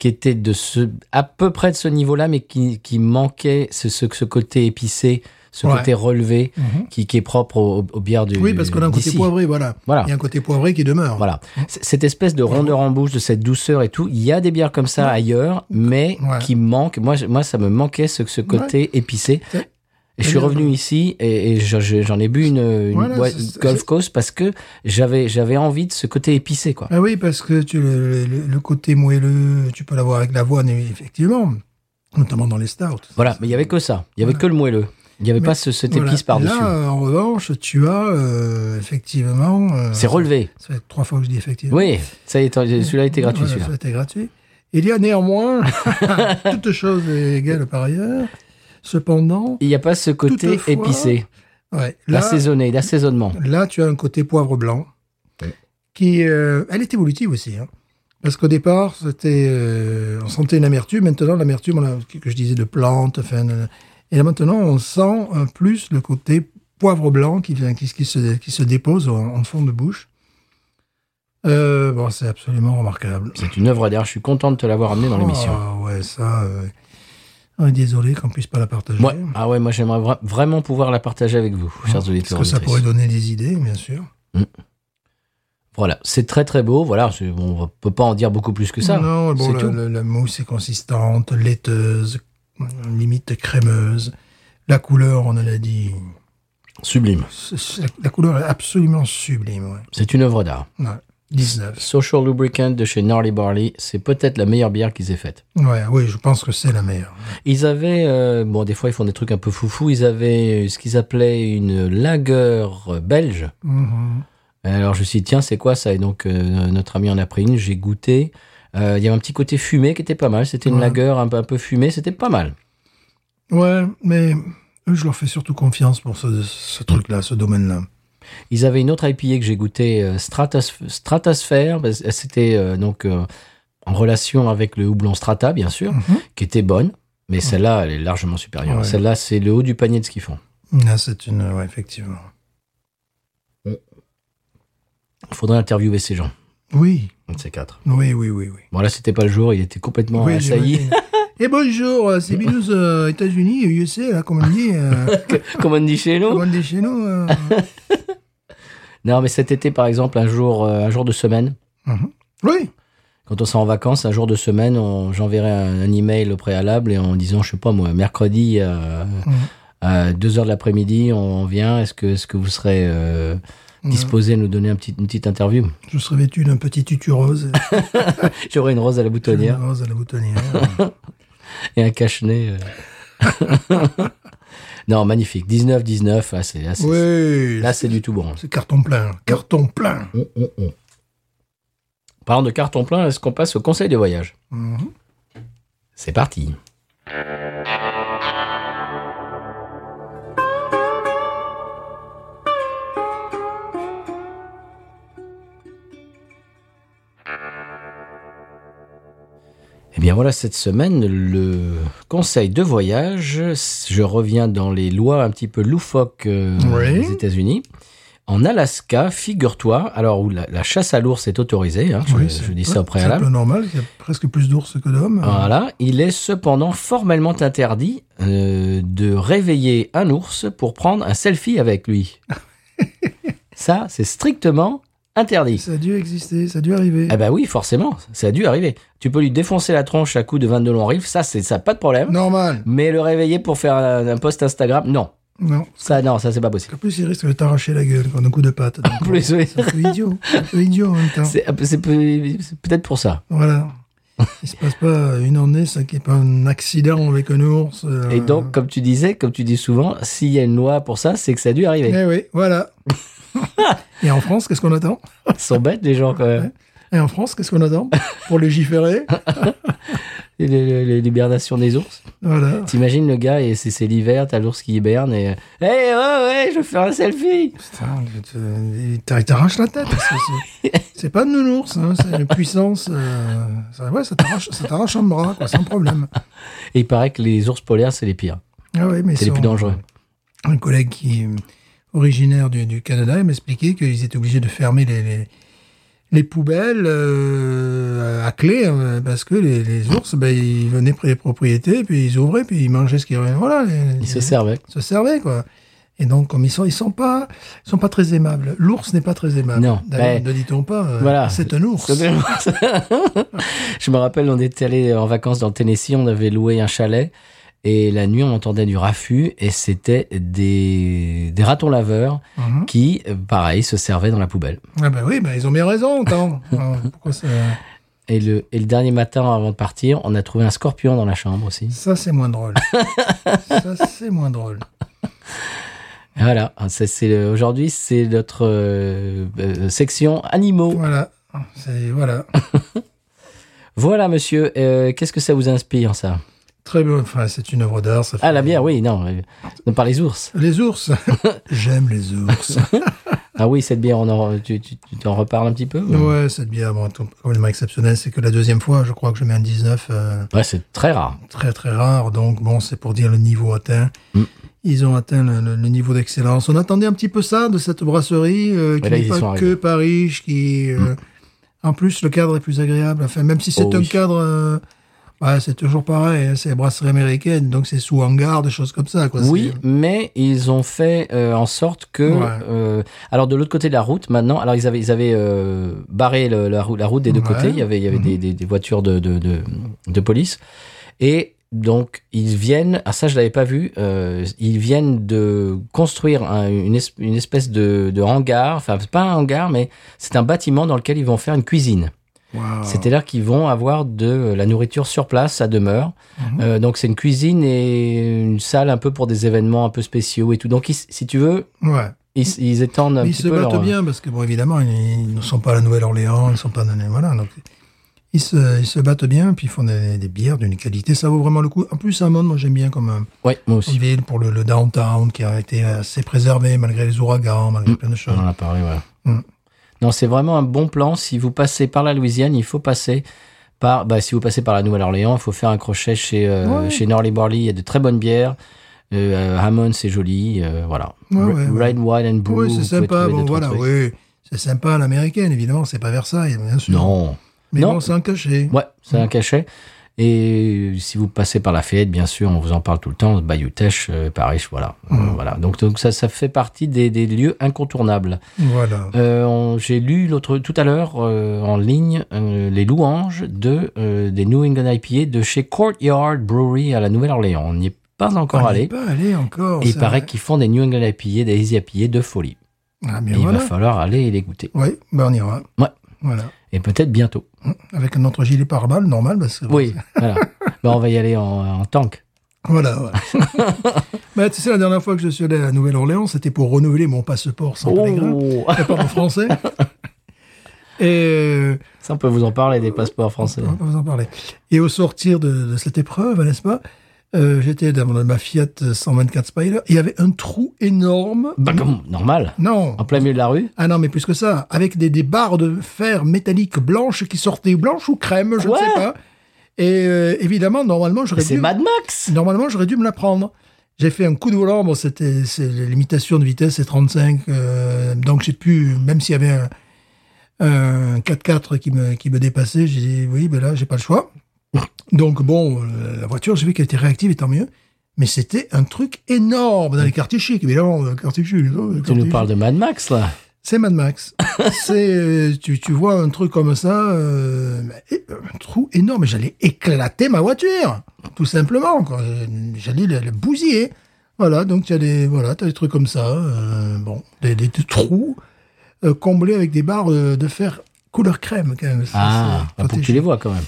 Speaker 1: qui étaient de ce, à peu près de ce niveau-là, mais qui, qui manquaient ce, ce, ce côté épicé, ce
Speaker 2: Ouais.
Speaker 1: côté relevé, qui, qui est propre aux, aux- aux bières du
Speaker 2: Oui, parce qu'on a un côté
Speaker 1: Mhm. d'ici.
Speaker 2: poivré, voilà.
Speaker 1: Voilà.
Speaker 2: Il y a un côté poivré qui demeure.
Speaker 1: Voilà. C- Cette espèce de rondeur en bouche, de cette douceur et tout, il y a des bières comme ça ailleurs, mais
Speaker 2: Ouais.
Speaker 1: qui manquent. Moi, je- moi, ça me manquait ce, ce côté épicé.
Speaker 2: C'est-
Speaker 1: Et je suis
Speaker 2: bien.
Speaker 1: revenu ici et, et je- je- j'en ai bu une, une
Speaker 2: Voilà,
Speaker 1: boîte-
Speaker 2: c'est- c'est-
Speaker 1: Gulf Coast parce que j'avais j'avais envie de ce côté épicé quoi.
Speaker 2: Ah oui, parce que tu, le, le- le côté moelleux, tu peux l'avoir avec l'avoine, effectivement, notamment dans les stouts.
Speaker 1: Voilà, mais il y avait que ça. Il y avait que le moelleux. Il n'y avait
Speaker 2: Mais
Speaker 1: pas ce, cette
Speaker 2: Voilà.
Speaker 1: épice par-dessus.
Speaker 2: Là, euh, en revanche, tu as euh, effectivement. euh,
Speaker 1: C'est relevé.
Speaker 2: Ça fait trois fois que je dis effectivement.
Speaker 1: Oui, ça y est, celui-là était gratuit.
Speaker 2: Voilà,
Speaker 1: celui-là.
Speaker 2: ça, c'était gratuit. Il y a néanmoins, toutes choses égales par ailleurs, cependant,
Speaker 1: Il n'y a pas ce côté
Speaker 2: Toutefois,
Speaker 1: épicé,
Speaker 2: ouais, là,
Speaker 1: assaisonné, d'assaisonnement.
Speaker 2: Là, tu as un côté poivre blanc qui, euh, elle est évolutive aussi, hein. parce qu'au départ, c'était, euh, on sentait une amertume. Maintenant, l'amertume, on a- que je disais de plante, enfin, euh, et là maintenant, on sent euh, plus le côté poivre blanc qui vient, qui, qui se, qui se dépose en, en fond de bouche. Euh, bon, c'est absolument remarquable.
Speaker 1: C'est une œuvre d'art. Je suis content de te l'avoir amené dans l'émission.
Speaker 2: Ah ouais, ça. euh, on est désolé qu'on puisse pas la partager.
Speaker 1: Ouais. Ah ouais, moi j'aimerais vra- vraiment pouvoir la partager avec vous, chers
Speaker 2: Parce
Speaker 1: auditeurs.
Speaker 2: que ça
Speaker 1: auditrices.
Speaker 2: pourrait donner des idées, bien sûr.
Speaker 1: Voilà, c'est très très beau. Voilà, c'est- bon, on peut pas en dire beaucoup plus que ça.
Speaker 2: Non, bon,
Speaker 1: c'est
Speaker 2: la,
Speaker 1: tout.
Speaker 2: la- la mousse est consistante, laiteuse, limite crémeuse. La couleur, on en a dit,
Speaker 1: Sublime.
Speaker 2: c'est- c'est- la couleur est absolument sublime. ouais.
Speaker 1: C'est une œuvre d'art.
Speaker 2: Ouais, 19.
Speaker 1: Social Lubricant de chez Gnarly Barley, c'est peut-être la meilleure bière qu'ils aient faite.
Speaker 2: Ouais, oui, je pense que c'est la meilleure.
Speaker 1: Ils avaient, euh, bon, des fois ils font des trucs un peu foufou. Ils avaient euh, ce qu'ils appelaient une lagueur euh, belge.
Speaker 2: Mhm.
Speaker 1: Alors je me suis dit, tiens, c'est quoi ça Et donc euh, notre ami en a pris une, j'ai goûté. Euh, Il y avait un petit côté fumé qui était pas mal. C'était une
Speaker 2: Ouais.
Speaker 1: lagueur un peu, un peu fumée, c'était pas mal.
Speaker 2: Ouais, mais eux, je leur fais surtout confiance pour ce, ce truc-là, ce domaine-là.
Speaker 1: Ils avaient une autre IPA que j'ai goûtée, euh, Stratos- Stratosphere. bah, c- C'était euh, donc euh, en relation avec le houblon Strata, bien sûr,
Speaker 2: Mhm.
Speaker 1: qui était bonne. Mais celle-là, elle est largement supérieure.
Speaker 2: Ouais. Mm-hmm. Ah,
Speaker 1: Celle-là, c'est le haut du panier de ce qu'ils font.
Speaker 2: Là, c'est une. Ouais, effectivement.
Speaker 1: Il faudrait interviewer ces gens,
Speaker 2: Oui,
Speaker 1: un de ces quatre.
Speaker 2: oui, oui, oui. oui.
Speaker 1: Bon, là, c'était pas le jour, il était complètement
Speaker 2: Oui,
Speaker 1: assailli,
Speaker 2: j'imagine. Et bonjour, euh, c'est Binous, euh, États-Unis, USA, là, comme on dit, euh,
Speaker 1: comme on dit chez nous.
Speaker 2: comme on dit chez nous. euh.
Speaker 1: Non, mais cet été, par exemple, un jour, euh, un jour de semaine,
Speaker 2: Mhm. Oui,
Speaker 1: quand on sera en vacances, un jour de semaine, on- j'enverrai un, un email au préalable et en disant, je sais pas moi, mercredi euh,
Speaker 2: Mhm.
Speaker 1: à 2 heures de l'après-midi, on vient. Est-ce que, est-ce que vous serez euh, disposé à nous donner un petit, une petite interview
Speaker 2: je serais vêtu d'un petit tutu rose,
Speaker 1: J'aurai une rose à la
Speaker 2: une
Speaker 1: boutonnière
Speaker 2: rose à la boutonnière.
Speaker 1: et un cache-nez. euh. non, magnifique. 19, 19, ah, c'est- ah, c'est-
Speaker 2: oui,
Speaker 1: là c'est du tout bon.
Speaker 2: c'est carton plein, carton plein.
Speaker 1: Parlant de carton plein, est-ce qu'on passe au conseil de voyage
Speaker 2: Mhm.
Speaker 1: C'est parti. Eh bien voilà, cette semaine, le conseil de voyage, je reviens dans les lois un petit peu loufoques euh,
Speaker 2: Oui.
Speaker 1: des États-Unis. En Alaska, figure-toi, alors où la, la chasse à l'ours est autorisée, hein, je,
Speaker 2: Oui,
Speaker 1: je
Speaker 2: c'est-
Speaker 1: dis ça au
Speaker 2: ouais,
Speaker 1: préalable.
Speaker 2: C'est un peu normal, il y a presque plus d'ours que d'hommes.
Speaker 1: Ah. Voilà, il est cependant formellement interdit euh, de réveiller un ours pour prendre un selfie avec lui. ça, c'est strictement interdit.
Speaker 2: Ça a dû exister, ça a dû arriver.
Speaker 1: Eh ben oui, forcément, ça a dû arriver. Tu peux lui défoncer la tronche à coups de 22 longs riffs, ça, c'est ça, pas de problème.
Speaker 2: Normal.
Speaker 1: Mais le réveiller pour faire un, un post Instagram, non.
Speaker 2: Non.
Speaker 1: Ça, non, ça, c'est pas possible.
Speaker 2: En plus, il risque de t'arracher la gueule quand un coup de patte. donc,
Speaker 1: En plus, oui.
Speaker 2: C'est un peu idiot. C'est un peu idiot en même temps.
Speaker 1: C'est euh, c'est peut- c'est peut-être pour ça.
Speaker 2: Voilà. Il se passe pas une année sans qu'il n'y ait pas un accident avec un ours. euh,
Speaker 1: Et donc, comme tu disais, comme tu dis souvent, s'il y a une loi pour ça, c'est que ça a dû arriver.
Speaker 2: Eh oui, voilà. Et en France, qu'est-ce qu'on attend
Speaker 1: Ils sont bêtes, les gens, quand même.
Speaker 2: Et en France, qu'est-ce qu'on attend Pour légiférer
Speaker 1: Et les- les- les l'hibernation des ours.
Speaker 2: Voilà.
Speaker 1: T'imagines le gars, et c'est c'est l'hiver, t'as l'ours qui hiberne et. Hé, ouais, ouais, je veux faire un selfie
Speaker 2: Putain, je te- il t'a- il t'arrache la tête. parce que c'est- C'est pas de nounours, hein, c'est une puissance. euh, ça, ouais, ça t'arrache ça t'arrache un bras, quoi, sans problème.
Speaker 1: Et il paraît que les ours polaires, c'est les pires.
Speaker 2: Ah ouais, mais
Speaker 1: C'est les
Speaker 2: son-
Speaker 1: plus dangereux.
Speaker 2: Un collègue qui est originaire du, du Canada il m'expliquait qu'ils étaient obligés de fermer les, les, les poubelles euh, à clé hein, parce que les, les ours, ben, ils venaient près des propriétés, puis ils ouvraient, puis ils mangeaient ce qu'ils voilà. les-
Speaker 1: Ils se servent.
Speaker 2: se servaient quoi. Et donc comme ils sont, ils sont pas, ils sont pas très aimables. L'ours n'est pas très aimable.
Speaker 1: Non,
Speaker 2: D'ailleurs,
Speaker 1: ben,
Speaker 2: ne dit-on pas. euh,
Speaker 1: voilà.
Speaker 2: C'est un ours.
Speaker 1: je me rappelle, on était allé en vacances dans le Tennessee, on avait loué un chalet. Et la nuit, on entendait du raffut et c'était des, des ratons laveurs
Speaker 2: Mhm.
Speaker 1: qui, euh, pareil, se servaient dans la poubelle.
Speaker 2: Ah ben oui, ben ils ont bien raison, tant. Ah, Pourquoi ça
Speaker 1: Et le, et le dernier matin, avant de partir, on a trouvé un scorpion dans la chambre aussi.
Speaker 2: Ça c'est moins drôle. ça c'est moins drôle.
Speaker 1: Voilà, ah, ça, c'est le- aujourd'hui, c'est notre euh, euh, section animaux.
Speaker 2: Voilà. C'est voilà.
Speaker 1: Voilà, monsieur, euh, qu'est-ce que ça vous inspire, ça
Speaker 2: Très bon. Enfin, c'est une œuvre d'art. ça
Speaker 1: Ah, la
Speaker 2: fait-
Speaker 1: bière, oui, non, euh, non, par les ours.
Speaker 2: Les ours. J'aime les ours.
Speaker 1: Ah oui, cette bière, on en, tu, tu, tu t'en reparles un petit peu ou-
Speaker 2: ouais, cette bière, bon, tout- complètement exceptionnelle. C'est que la deuxième fois, je crois que je mets un 19. euh,
Speaker 1: Ouais, c'est très rare.
Speaker 2: très très rare. Donc bon, c'est pour dire le niveau atteint.
Speaker 1: Mm.
Speaker 2: Ils ont atteint le, le- le niveau d'excellence. On attendait un petit peu ça de cette brasserie euh, qui
Speaker 1: Mais là, ils
Speaker 2: n'est
Speaker 1: y sont
Speaker 2: pas
Speaker 1: arrivés. Mm.
Speaker 2: que Paris, qui euh, en plus le cadre est plus agréable. Enfin, même si c'est
Speaker 1: Oh
Speaker 2: un
Speaker 1: oui.
Speaker 2: cadre, euh, ouais, c'est toujours pareil. hein, c'est brasserie américaine, donc c'est sous hangar, des choses comme ça. Quoi.
Speaker 1: Oui,
Speaker 2: C'est-
Speaker 1: mais ils ont fait euh, en sorte que...
Speaker 2: Ouais.
Speaker 1: euh, alors, de l'autre côté de la route, maintenant, alors ils avaient, ils avaient euh, barré le- la, rou- la route des deux
Speaker 2: Ouais. Mhm.
Speaker 1: côtés, il y avait, il y avait des, des- des voitures de, de, de, de police, et donc ils viennent, ah ça je l'avais pas vu, euh, ils viennent de construire un- une, es- une espèce de, de hangar, enfin c'est pas un hangar, mais c'est un bâtiment dans lequel ils vont faire une cuisine.
Speaker 2: Waouh.
Speaker 1: C'est-à-dire qu'ils vont avoir de la nourriture sur place, à demeure.
Speaker 2: Mhm.
Speaker 1: Euh, donc c'est une cuisine et une salle un peu pour des événements un peu spéciaux et tout. Donc ils- si tu veux,
Speaker 2: Ouais.
Speaker 1: ils, ils étendent un
Speaker 2: Mhm. Mais ils
Speaker 1: petit
Speaker 2: se
Speaker 1: peu
Speaker 2: battent
Speaker 1: leur...
Speaker 2: bien parce que bon, évidemment, ils, ils ne sont pas à la Nouvelle-Orléans, ils ne sont pas dans les- voilà. Donc ils se, ils se battent bien, puis ils font des, des bières d'une qualité. Ça vaut vraiment le coup. En plus, un monde, moi j'aime bien comme. euh,
Speaker 1: Ouais, moi aussi.
Speaker 2: ville pour le, le downtown qui a été assez préservé malgré les ouragans, malgré plein de choses.
Speaker 1: On en a parlé, voilà.
Speaker 2: Mm.
Speaker 1: Non, c'est vraiment un bon plan. Si vous passez par la Louisiane, il faut passer par. Bah, si vous passez par la Nouvelle-Orléans, il faut faire un crochet chez, euh,
Speaker 2: Ouais.
Speaker 1: chez Norley Borley. Il y a de très bonnes bières. Euh, Hammond, c'est joli. euh, voilà.
Speaker 2: Ouais,
Speaker 1: Re-
Speaker 2: ouais, ouais.
Speaker 1: Red, Wild and Blue.
Speaker 2: Oui,
Speaker 1: vous
Speaker 2: c'est
Speaker 1: pouvez
Speaker 2: sympa.
Speaker 1: trouver
Speaker 2: Bon,
Speaker 1: deux, trois
Speaker 2: voilà,
Speaker 1: trucs.
Speaker 2: oui. C'est sympa à l'américaine, évidemment. C'est pas Versailles, bien sûr.
Speaker 1: Non.
Speaker 2: Mais
Speaker 1: Non.
Speaker 2: bon, c'est un cachet.
Speaker 1: Ouais, c'est
Speaker 2: Mm.
Speaker 1: un cachet. Et si vous passez par la Fayette, bien sûr, on vous en parle tout le temps. Bayou Teche, euh, Paris, voilà. Euh,
Speaker 2: Mm.
Speaker 1: voilà. Donc, donc ça, ça fait partie des, des lieux incontournables.
Speaker 2: Voilà.
Speaker 1: Euh, on- J'ai lu l'autre tout à l'heure euh, en ligne euh, les louanges de euh, des New England IPA de chez Courtyard Brewery à la Nouvelle-Orléans. On n'y est pas encore
Speaker 2: On y est
Speaker 1: allé.
Speaker 2: pas allé encore.
Speaker 1: Et il
Speaker 2: ça.
Speaker 1: paraît qu'ils font des New England IPA, des Easy IPA de folie.
Speaker 2: Ah, mais
Speaker 1: Et il
Speaker 2: voilà.
Speaker 1: va falloir aller les goûter.
Speaker 2: Oui, ben on ira.
Speaker 1: Ouais.
Speaker 2: Voilà.
Speaker 1: Et peut-être bientôt.
Speaker 2: Avec notre gilet pare-balles, normal. Parce que,
Speaker 1: Oui, voilà. Ben, on va y aller en, en tank.
Speaker 2: Voilà, voilà. Mais tu sais, la dernière fois que je suis allé à la Nouvelle-Orléans, c'était pour renouveler mon passeport sans pèlerin.
Speaker 1: Oh
Speaker 2: Pas en français. Et euh,
Speaker 1: Ça, on peut vous en parler des passeports français. hein.
Speaker 2: on va pas vous en parler. Et au sortir de, de cette épreuve, n'est-ce pas euh, J'étais dans ma Fiat 124 Spider. Il y avait un trou énorme.
Speaker 1: Bah, comme normal.
Speaker 2: Non.
Speaker 1: En plein milieu de la rue.
Speaker 2: Ah non, mais plus que ça, avec des, des barres de fer métalliques blanches qui sortaient blanches ou crème, je
Speaker 1: Quoi
Speaker 2: ne sais pas. Et euh, évidemment, normalement,
Speaker 1: Mais
Speaker 2: j'aurais
Speaker 1: C'est
Speaker 2: dû,
Speaker 1: Mad Max
Speaker 2: normalement, j'aurais dû me la prendre. J'ai fait un coup de volant, bon, c'était c'est les limitations de vitesse, c'est 35, euh, donc j'ai pu, même s'il y avait un, un 4x4 qui me, qui me dépassait, j'ai dit oui, ben là, j'ai pas le choix. Donc bon, euh, la voiture, j'ai vu qu'elle était réactive et tant mieux. Mais c'était un truc énorme dans les quartiers chics, euh, évidemment, le quartier chic. le
Speaker 1: Tu
Speaker 2: quartier
Speaker 1: nous parles de Mad Max, là
Speaker 2: c'est Mad Max. c'est euh, tu, tu vois un truc comme ça, euh, et- un trou énorme. J'allais éclater ma voiture, tout simplement. quoi. J'allais le, le bousiller. Voilà, donc tu as des voilà, t'as des trucs comme ça. euh, bon, des, des- des trous euh, comblés avec des barres euh, de fer couleur crème quand même. Ça,
Speaker 1: Ah,
Speaker 2: c'est-
Speaker 1: bah, pour que tu les vois, quand même.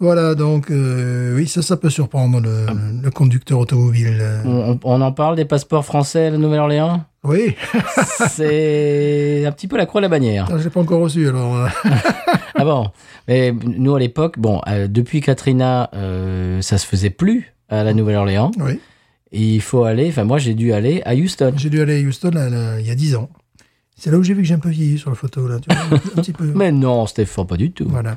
Speaker 2: Voilà, donc euh, oui, ça, ça peut surprendre
Speaker 1: Ah.
Speaker 2: le, le conducteur automobile. euh.
Speaker 1: On, on en parle des passeports français à la Nouvelle-Orléans
Speaker 2: Oui,
Speaker 1: C'est un petit peu la croix à la bannière.
Speaker 2: je l'ai Ah, pas encore reçu alors. euh.
Speaker 1: Ah bon Mais nous, à l'époque, bon, euh, depuis Katrina, euh, ça se faisait plus à la Nouvelle-Orléans.
Speaker 2: oui,
Speaker 1: Et il faut aller, enfin, moi, j'ai dû aller à Houston.
Speaker 2: J'ai dû aller à Houston là, là, il y a 10 ans. C'est là où j'ai vu que j'ai un peu vieilli sur la photo, là, tu vois, un petit peu.
Speaker 1: Mais non, Stéphane, pas du tout.
Speaker 2: Voilà.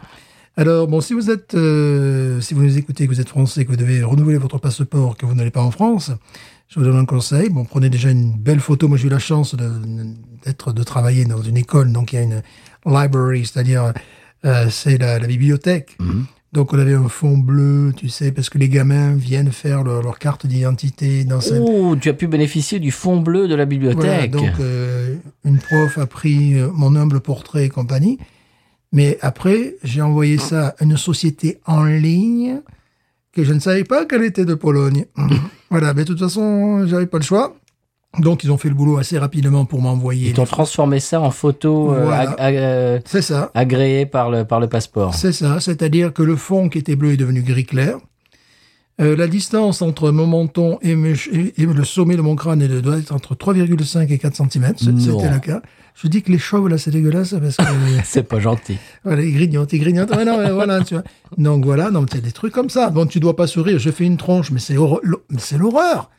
Speaker 2: Alors, bon, si vous êtes, euh, si vous nous écoutez, que vous êtes français, que vous devez renouveler votre passeport, que vous n'allez pas en France, je vous donne un conseil. Bon, prenez déjà une belle photo. Moi, j'ai eu la chance de- d'être, de travailler dans une école, donc il y a une library, c'est-à-dire, euh, c'est la, la bibliothèque. Donc, on avait un fond bleu, tu sais, parce que les gamins viennent faire leur, leur carte d'identité dans cette,
Speaker 1: Oh, tu as pu bénéficier du fond bleu de la
Speaker 2: voilà,
Speaker 1: bibliothèque.
Speaker 2: donc euh, une prof a pris euh, mon humble portrait et compagnie. Mais après, j'ai envoyé ça à une société en ligne que je ne savais pas qu'elle était de Pologne.
Speaker 1: Mhm.
Speaker 2: voilà, mais de toute façon, j'avais pas le choix. Donc ils ont fait le boulot assez rapidement pour m'envoyer.
Speaker 1: Ils t'ont transformé ça en photo euh,
Speaker 2: Voilà.
Speaker 1: ag- ag- euh,
Speaker 2: C'est ça,
Speaker 1: agréée par le, par le passeport.
Speaker 2: c'est ça. C'est-à-dire que le fond qui était bleu est devenu gris clair. Euh, la distance entre mon menton et, mes che- et- et le sommet de mon crâne est de- doit être entre 3,5 et 4 cm.
Speaker 1: Non.
Speaker 2: C'était le cas. Je dis que les chauves, là, c'est dégueulasse parce que
Speaker 1: C'est pas gentil.
Speaker 2: Voilà, il grignote, il grignote. Ouais, non, mais voilà, tu vois. Donc voilà, non, c'est des trucs comme ça. Bon, tu dois pas sourire, je fais une tronche, mais c'est horreur- l'hor- mais c'est l'horreur.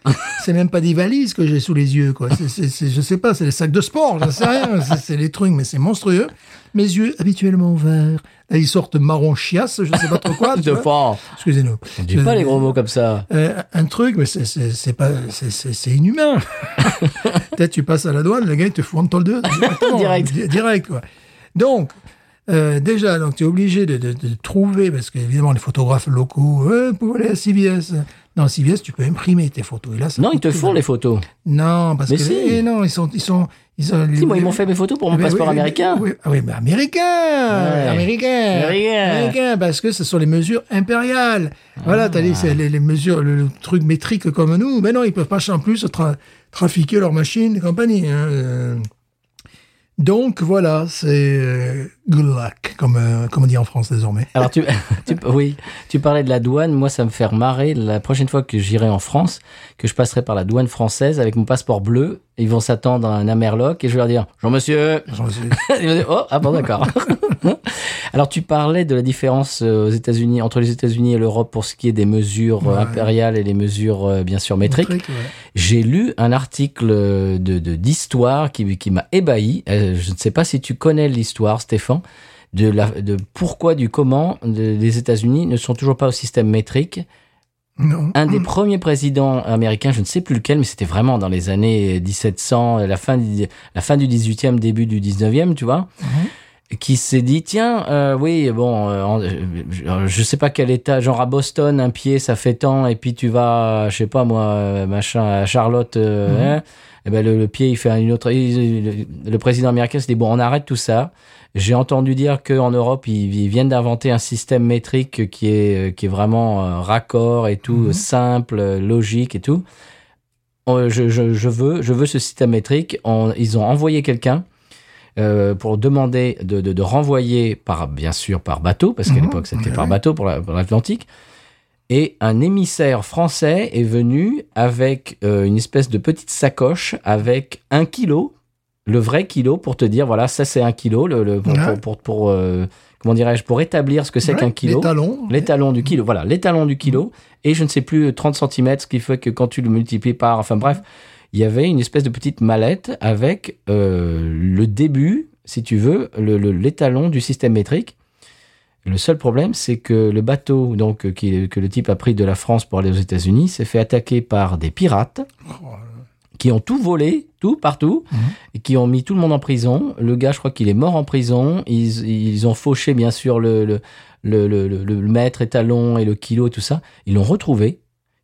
Speaker 2: C'est même pas des valises que j'ai sous les yeux, quoi. C'est, c'est, c'est- je sais pas, c'est des sacs de sport, j'en sais rien. C'est, c'est des trucs, mais c'est monstrueux. Mes yeux, habituellement verts, là, ils sortent marron chiasse, je sais pas trop quoi. tu
Speaker 1: De
Speaker 2: vois.
Speaker 1: fort.
Speaker 2: Excusez-nous.
Speaker 1: On dit pas les gros mots comme ça.
Speaker 2: Euh, un truc, mais c'est, c'est, c'est pas, c'est, c'est, c'est inhumain. Peut-être tu passes à la douane, le gars il te fout un tol deux. directement.
Speaker 1: Direct.
Speaker 2: Di- Direct, quoi. Donc, euh, déjà, donc tu es obligé de, de- de trouver, parce qu'évidemment, les photographes locaux, euh, pour aller à CBS. Non, CBS, tu peux imprimer tes photos. Et là, ça
Speaker 1: Non, ils
Speaker 2: coûte
Speaker 1: te
Speaker 2: plus
Speaker 1: font
Speaker 2: rien.
Speaker 1: les photos.
Speaker 2: Non, parce
Speaker 1: Mais
Speaker 2: que.
Speaker 1: si.
Speaker 2: eh non, ils sont. Ils sont, ils sont
Speaker 1: Si, moi, ils m'ont fait mes photos pour mon
Speaker 2: ben
Speaker 1: passeport
Speaker 2: oui, oui,
Speaker 1: américain.
Speaker 2: Oui, ah oui, mais américain,
Speaker 1: Ouais.
Speaker 2: américain,
Speaker 1: Américain.
Speaker 2: américain, parce que ce sont les mesures impériales. Voilà, t'as
Speaker 1: Ah.
Speaker 2: dit, c'est les, les mesures, le, le truc métrique comme nous. Mais non, ils peuvent pas en plus tra- trafiquer leurs machines et compagnie. hein. Euh, Donc voilà, c'est euh, good luck, comme, euh, comme on dit en France désormais.
Speaker 1: Alors tu, tu- oui, tu parlais de la douane. Moi, ça me fait marrer. La prochaine fois que j'irai en France, que je passerai par la douane française avec mon passeport bleu, ils vont s'attendre à un amerloc et je vais leur dire Jean-Monsieur.
Speaker 2: J'en suis-
Speaker 1: Ils vont dire, oh, ah bon, d'accord. Alors tu parlais de la différence euh, aux États-Unis entre les États-Unis et l'Europe pour ce qui est des mesures euh,
Speaker 2: Ouais.
Speaker 1: impériales et les mesures euh, bien sûr métriques.
Speaker 2: Métrique, ouais.
Speaker 1: J'ai lu un article euh, de de- d'histoire qui, qui m'a ébahi. Euh, je ne sais pas si tu connais l'histoire, Stéphane, de, la, de pourquoi, du comment de- les États-Unis ne sont toujours pas au système métrique
Speaker 2: Non.
Speaker 1: un des premiers présidents américains, je ne sais plus lequel, mais c'était vraiment dans les années 1700, la fin du, la fin du 18e, début du 19e, tu vois, qui s'est dit, tiens, euh, oui, bon, euh, en- je- je sais pas quel état, genre à Boston, un pied, ça fait tant, et puis tu vas, je sais pas moi, euh, machin, à Charlotte, euh, hein, eh ben le, le pied, il fait une autre... il- le, le président américain s'est dit, bon, on arrête tout ça. J'ai entendu dire qu'en Europe, ils, ils viennent d'inventer un système métrique qui est, qui est vraiment euh, raccord et tout,
Speaker 2: Mhm.
Speaker 1: simple, euh, logique et tout. Euh, Je, je- je veux, je veux ce système métrique. On- ils ont envoyé quelqu'un euh, pour demander de, de- de renvoyer, par, bien sûr, par bateau, parce qu'à
Speaker 2: Mhm.
Speaker 1: l'époque, c'était
Speaker 2: Oui,
Speaker 1: par
Speaker 2: oui.
Speaker 1: bateau pour la- pour l'Atlantique. Et un émissaire français est venu avec euh, une espèce de petite sacoche avec un kilo, le vrai kilo, pour te dire voilà, ça c'est un kilo, le, le- pour,
Speaker 2: Ouais.
Speaker 1: pour, pour- pour, euh, comment dirais-je, pour établir ce que c'est
Speaker 2: Ouais,
Speaker 1: qu'un kilo.
Speaker 2: Les talons.
Speaker 1: L'étalon du kilo, voilà, l'étalon du kilo, et je ne sais plus, 30 cm, ce qui fait que quand tu le multiplies par, enfin bref, il y avait une espèce de petite mallette avec euh, le début, si tu veux, le- le- l'étalon du système métrique. Le seul problème, c'est que le bateau donc euh, qui- que le type a pris de la France pour aller aux États-Unis s'est fait attaquer par des pirates
Speaker 2: Oh,
Speaker 1: qui ont tout volé, tout, partout,
Speaker 2: Mhm.
Speaker 1: et qui ont mis tout le monde en prison. Le gars, je crois qu'il est mort en prison. Ils, ils ont fauché, bien sûr, le, le, le, le, le- le maître étalon et le kilo et tout ça. Ils l'ont retrouvé.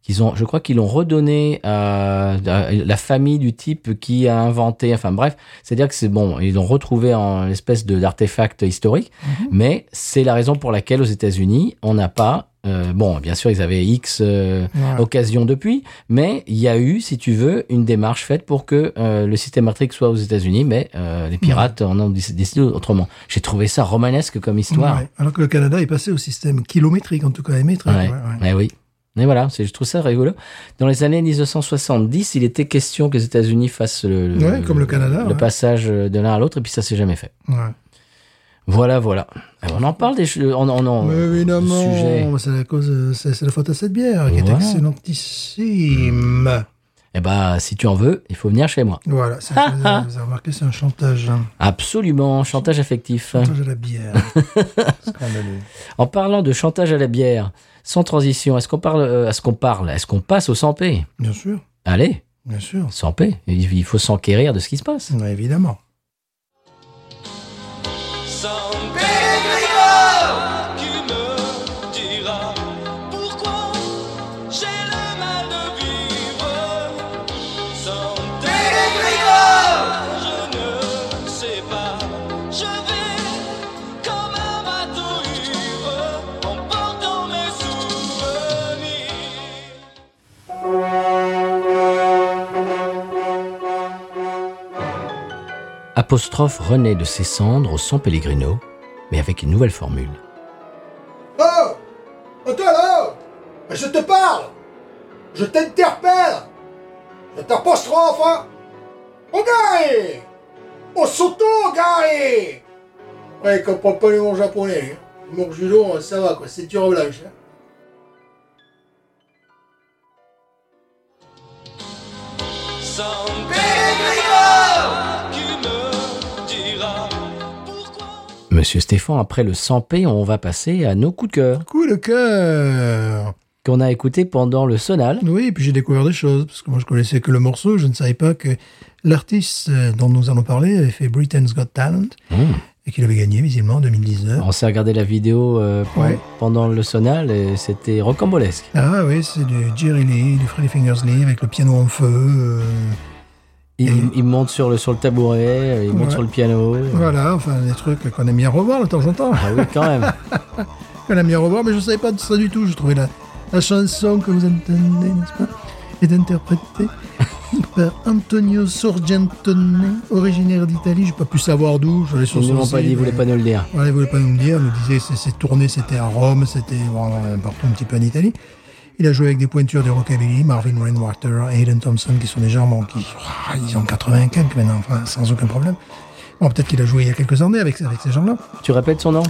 Speaker 1: Ils ont, je crois qu'ils l'ont redonné à, à la famille du type qui a inventé. Enfin bref, c'est-à-dire que c'est bon, ils l'ont retrouvé en espèce de- d'artefact historique. Mais c'est la raison pour laquelle aux États-Unis, on n'a pas. euh, bon, bien sûr, ils avaient X. euh,
Speaker 2: voilà.
Speaker 1: occasion depuis, mais il y a eu, si tu veux, une démarche faite pour que euh, le système métrique soit aux États-Unis, mais euh, les pirates en ont déc- décidé autrement. J'ai trouvé ça romanesque comme histoire.
Speaker 2: Ouais. Alors que le Canada est passé au système kilométrique, en tout cas, et métrique.
Speaker 1: Ouais.
Speaker 2: ouais, ouais.
Speaker 1: Eh oui. Mais voilà, c'est- je trouve ça rigolo. Dans les années 1970, il était question que les États-Unis fassent le, le-
Speaker 2: Ouais, comme le Canada,
Speaker 1: le
Speaker 2: ouais.
Speaker 1: passage de l'un à l'autre, et puis ça s'est jamais fait.
Speaker 2: Ouais.
Speaker 1: Voilà, voilà. Eh ben, on en parle des che- on, on, on-
Speaker 2: Mais
Speaker 1: du euh, sujet.
Speaker 2: évidemment, c'est la cause, euh, c'est c'est la faute à cette bière qui est
Speaker 1: Voilà.
Speaker 2: excellentissime.
Speaker 1: Eh ben, si tu en veux, il faut venir chez moi.
Speaker 2: Voilà, c'est-
Speaker 1: Ah,
Speaker 2: vous avez vous avez remarqué, c'est un chantage, hein.
Speaker 1: Absolument, chantage affectif.
Speaker 2: chantage à la bière. Scandaleux.
Speaker 1: En parlant de chantage à la bière, sans transition, est-ce qu'on parle, euh, est-ce qu'on parle, est-ce qu'on passe au 100p
Speaker 2: Bien sûr,
Speaker 1: Allez,
Speaker 2: bien sûr,
Speaker 1: 100p, il il faut s'enquérir de ce qui se passe.
Speaker 2: Ouais, évidemment.
Speaker 3: Sans Pégrillard qui me dira pourquoi j'ai le mal de vivre. Sans Pégrillard, je ne sais pas. Je vais comme un bateau ivre en portant mes souvenirs.
Speaker 1: Apostrophe renaît de ses cendres au San Pellegrino, mais avec une nouvelle formule.
Speaker 4: Oh Attends là Mais Je te parle Je t'interpelle Je t'apostrophe hein Ogari Osoto Ogari Ouais, ils comprennent pas les mots japonais. hein. Les mots judo, ça va quoi, c'est dur blanche. hein.
Speaker 3: Sans Pégrillard qui me dira pourquoi.
Speaker 1: Monsieur Stéphane, après le 100p, on va passer à nos coups de cœur
Speaker 2: Coup de cœur.
Speaker 1: qu'on a écoutés pendant le sonal.
Speaker 2: Oui, et puis j'ai découvert des choses, parce que moi je connaissais que le morceau, je ne savais pas que l'artiste euh, dont nous allons parler avait fait Britain's Got Talent,
Speaker 1: Mmh.
Speaker 2: et qu'il avait gagné visiblement en 2019.
Speaker 1: On s'est regardé la vidéo euh, pen-
Speaker 2: Ouais.
Speaker 1: pendant le sonal et c'était rocambolesque.
Speaker 2: Ah oui, c'est du Jerry Lee, du Freddy Fingers Lee, avec le piano en feu. euh,
Speaker 1: Il,
Speaker 2: Et-
Speaker 1: il monte sur le, sur le tabouret, il monte
Speaker 2: Ouais.
Speaker 1: sur le piano.
Speaker 2: Voilà, enfin des trucs qu'on aime bien revoir de temps en temps.
Speaker 1: Ah oui, quand même.
Speaker 2: Qu'on aime bien revoir, mais je ne savais pas de ça du tout. Je trouvais la, la chanson que vous entendez, n'est-ce pas Est interprétée par Antonio Sorgentone, originaire d'Italie. Je n'ai pas pu savoir d'où. Je l'ai sur
Speaker 1: Ils ne
Speaker 2: son
Speaker 1: l'ont pas
Speaker 2: site,
Speaker 1: dit, ils voulaient
Speaker 2: mais-
Speaker 1: pas nous le dire.
Speaker 2: Voilà, ils voulaient pas nous le dire. Ils nous disaient c'est c'est tourné, c'était à Rome, c'était bon, euh, partout un petit peu en Italie. Il a joué avec des pointures du rockabilly, Marvin Rainwater, Aiden Thompson, qui sont des gens bon, qui ah, ils ont 80 quelques maintenant, enfin, sans aucun problème. Bon, peut-être qu'il a joué il y a quelques années avec, avec ces gens-là.
Speaker 1: Tu répètes son nom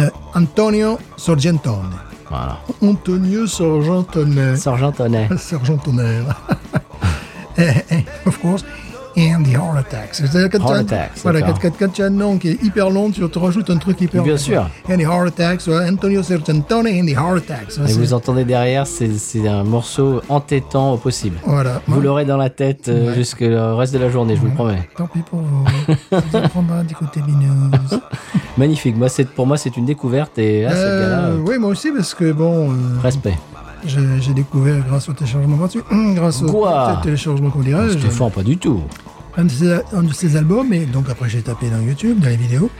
Speaker 2: Euh, Antonio Sorgentone.
Speaker 1: Voilà.
Speaker 2: Antonio Sorgentone.
Speaker 1: Sergent Tonnet.
Speaker 2: Sergent Tonnerre. Eh, eh, of course. and the heart attacks. C'est-à-dire quand
Speaker 1: Heart
Speaker 2: tu as-
Speaker 1: attacks,
Speaker 2: Voilà,
Speaker 1: d'accord.
Speaker 2: quand, quand- quand tu as un nom qui est hyper long, tu, tu rajoutes un truc hyper
Speaker 1: Bien
Speaker 2: long.
Speaker 1: sûr.
Speaker 2: And the heart attacks, ouais, Antonio Sergentone and the heart attacks. Ouais,
Speaker 1: Et
Speaker 2: c'est-
Speaker 1: vous entendez derrière, c'est c'est un morceau entêtant au possible.
Speaker 2: Voilà.
Speaker 1: Vous
Speaker 2: Ouais.
Speaker 1: l'aurez dans la tête euh, jusque le reste de la journée, je vous le promets.
Speaker 2: Tant pis pour vous. Ça vous apprendra d'écouter les news.
Speaker 1: Magnifique. Moi, c'est pour moi, c'est une découverte et là, Ah, c'est gars-là,
Speaker 2: Euh,
Speaker 1: euh,
Speaker 2: oui, moi aussi, parce que bon, euh,
Speaker 1: respect.
Speaker 2: j'ai j'ai découvert grâce au téléchargement gratuit, hum, grâce au
Speaker 1: Quoi
Speaker 2: téléchargement qu'on dirait,
Speaker 1: C'était fort, pas du tout.
Speaker 2: un de, ses, un de ses albums, et donc après j'ai tapé dans YouTube, dans les vidéos,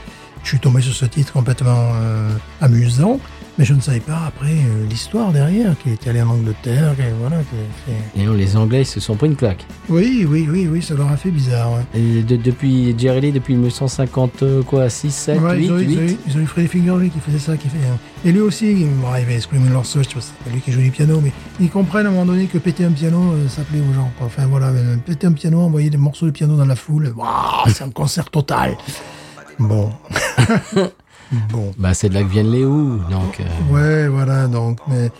Speaker 2: je suis tombé sur ce titre complètement euh, amusant, mais je ne savais pas après euh, l'histoire derrière, qu'il était allé en Angleterre, que, voilà, que- que-
Speaker 1: Et non, les Anglais, ils se sont pris une claque.
Speaker 2: Oui, oui, oui, oui, ça leur a fait bizarre. ouais.
Speaker 1: Et de- depuis Jerry Lee, depuis 1950, euh, quoi, 6, 7,
Speaker 2: Ouais,
Speaker 1: 8,
Speaker 2: ils, ont, eu- ils
Speaker 1: 8.
Speaker 2: ont eu- ils ont eu Freddy Finger, lui, qui faisait ça, qui fait. hein. Et lui aussi, il me arrivait Screaming Lord Search, c'est lui qui joue du piano, mais ils comprennent à un moment donné que péter un piano, euh, ça plaît aux gens. quoi. Enfin voilà, euh, péter un piano, envoyer des morceaux de piano dans la foule, waouh, c'est un concert total. Bon. bon.
Speaker 1: Bah, c'est de là que viennent les Who, donc. euh,
Speaker 2: Ouais, voilà, donc, mais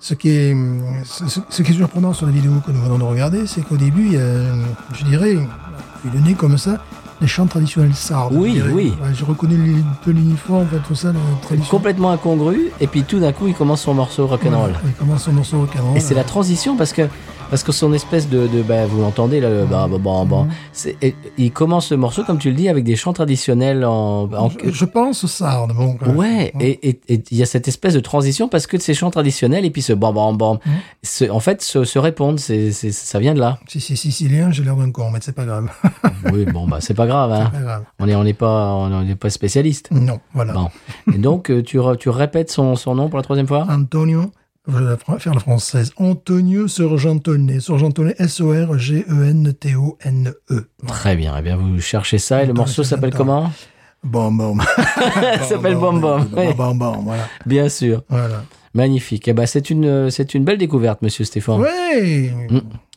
Speaker 2: ce qui est, ce, ce- ce qui est surprenant sur la vidéo que nous venons de regarder, c'est qu'au début, il y a, je dirais, il le nez comme ça, les chants traditionnels sardes.
Speaker 1: Oui,
Speaker 2: je dirais.
Speaker 1: oui.
Speaker 2: Ouais, J'ai reconnu l'u- un peu l'uniforme, enfin, tout ça, la tradition.
Speaker 1: complètement incongru, et puis tout d'un coup, il commence son morceau rock'n'roll.
Speaker 2: Il commence son morceau euh, rock'n'roll.
Speaker 1: Et c'est la transition parce que parce que son espèce de, de bah, vous l'entendez là, le bah, bah, bah, bah,
Speaker 2: Mhm.
Speaker 1: c'est- et- il commence le morceau comme tu le dis avec des chants traditionnels en, en-
Speaker 2: Je, je pense aux sardes, bon. quoi.
Speaker 1: ouais et et- et il y a cette espèce de transition parce que de ces chants traditionnels et puis ce bam bam bam
Speaker 2: Mhm.
Speaker 1: ce- en fait se, se répondent c'est c'est- ça vient de là
Speaker 2: Si c'est sicilien, j'ai l'air d'un con, mais c'est pas grave.
Speaker 1: oui bon bah c'est pas grave hein.
Speaker 2: pas grave.
Speaker 1: on est on n'est pas on n'est pas spécialiste
Speaker 2: Non, Ah, voilà.
Speaker 1: bon et donc euh, tu re- tu répètes son son nom pour la troisième fois
Speaker 2: Antonio, je vais la fr- faire la française. Antonio Sorgentone. Sorgentone, E S-O-R-G-E-N-T-O-N-E.
Speaker 1: très bien et bien vous cherchez ça et le
Speaker 2: Attends,
Speaker 1: morceau
Speaker 2: je
Speaker 1: s'appelle
Speaker 2: l'attends.
Speaker 1: comment
Speaker 2: Bon, bon.
Speaker 1: Ça s'appelle Bom Bom.
Speaker 2: Bon, bon, bon, voilà.
Speaker 1: bien sûr
Speaker 2: Voilà.
Speaker 1: Magnifique. Eh ben, c'est une, euh, c'est une belle découverte, monsieur Stéphane.
Speaker 2: Ouais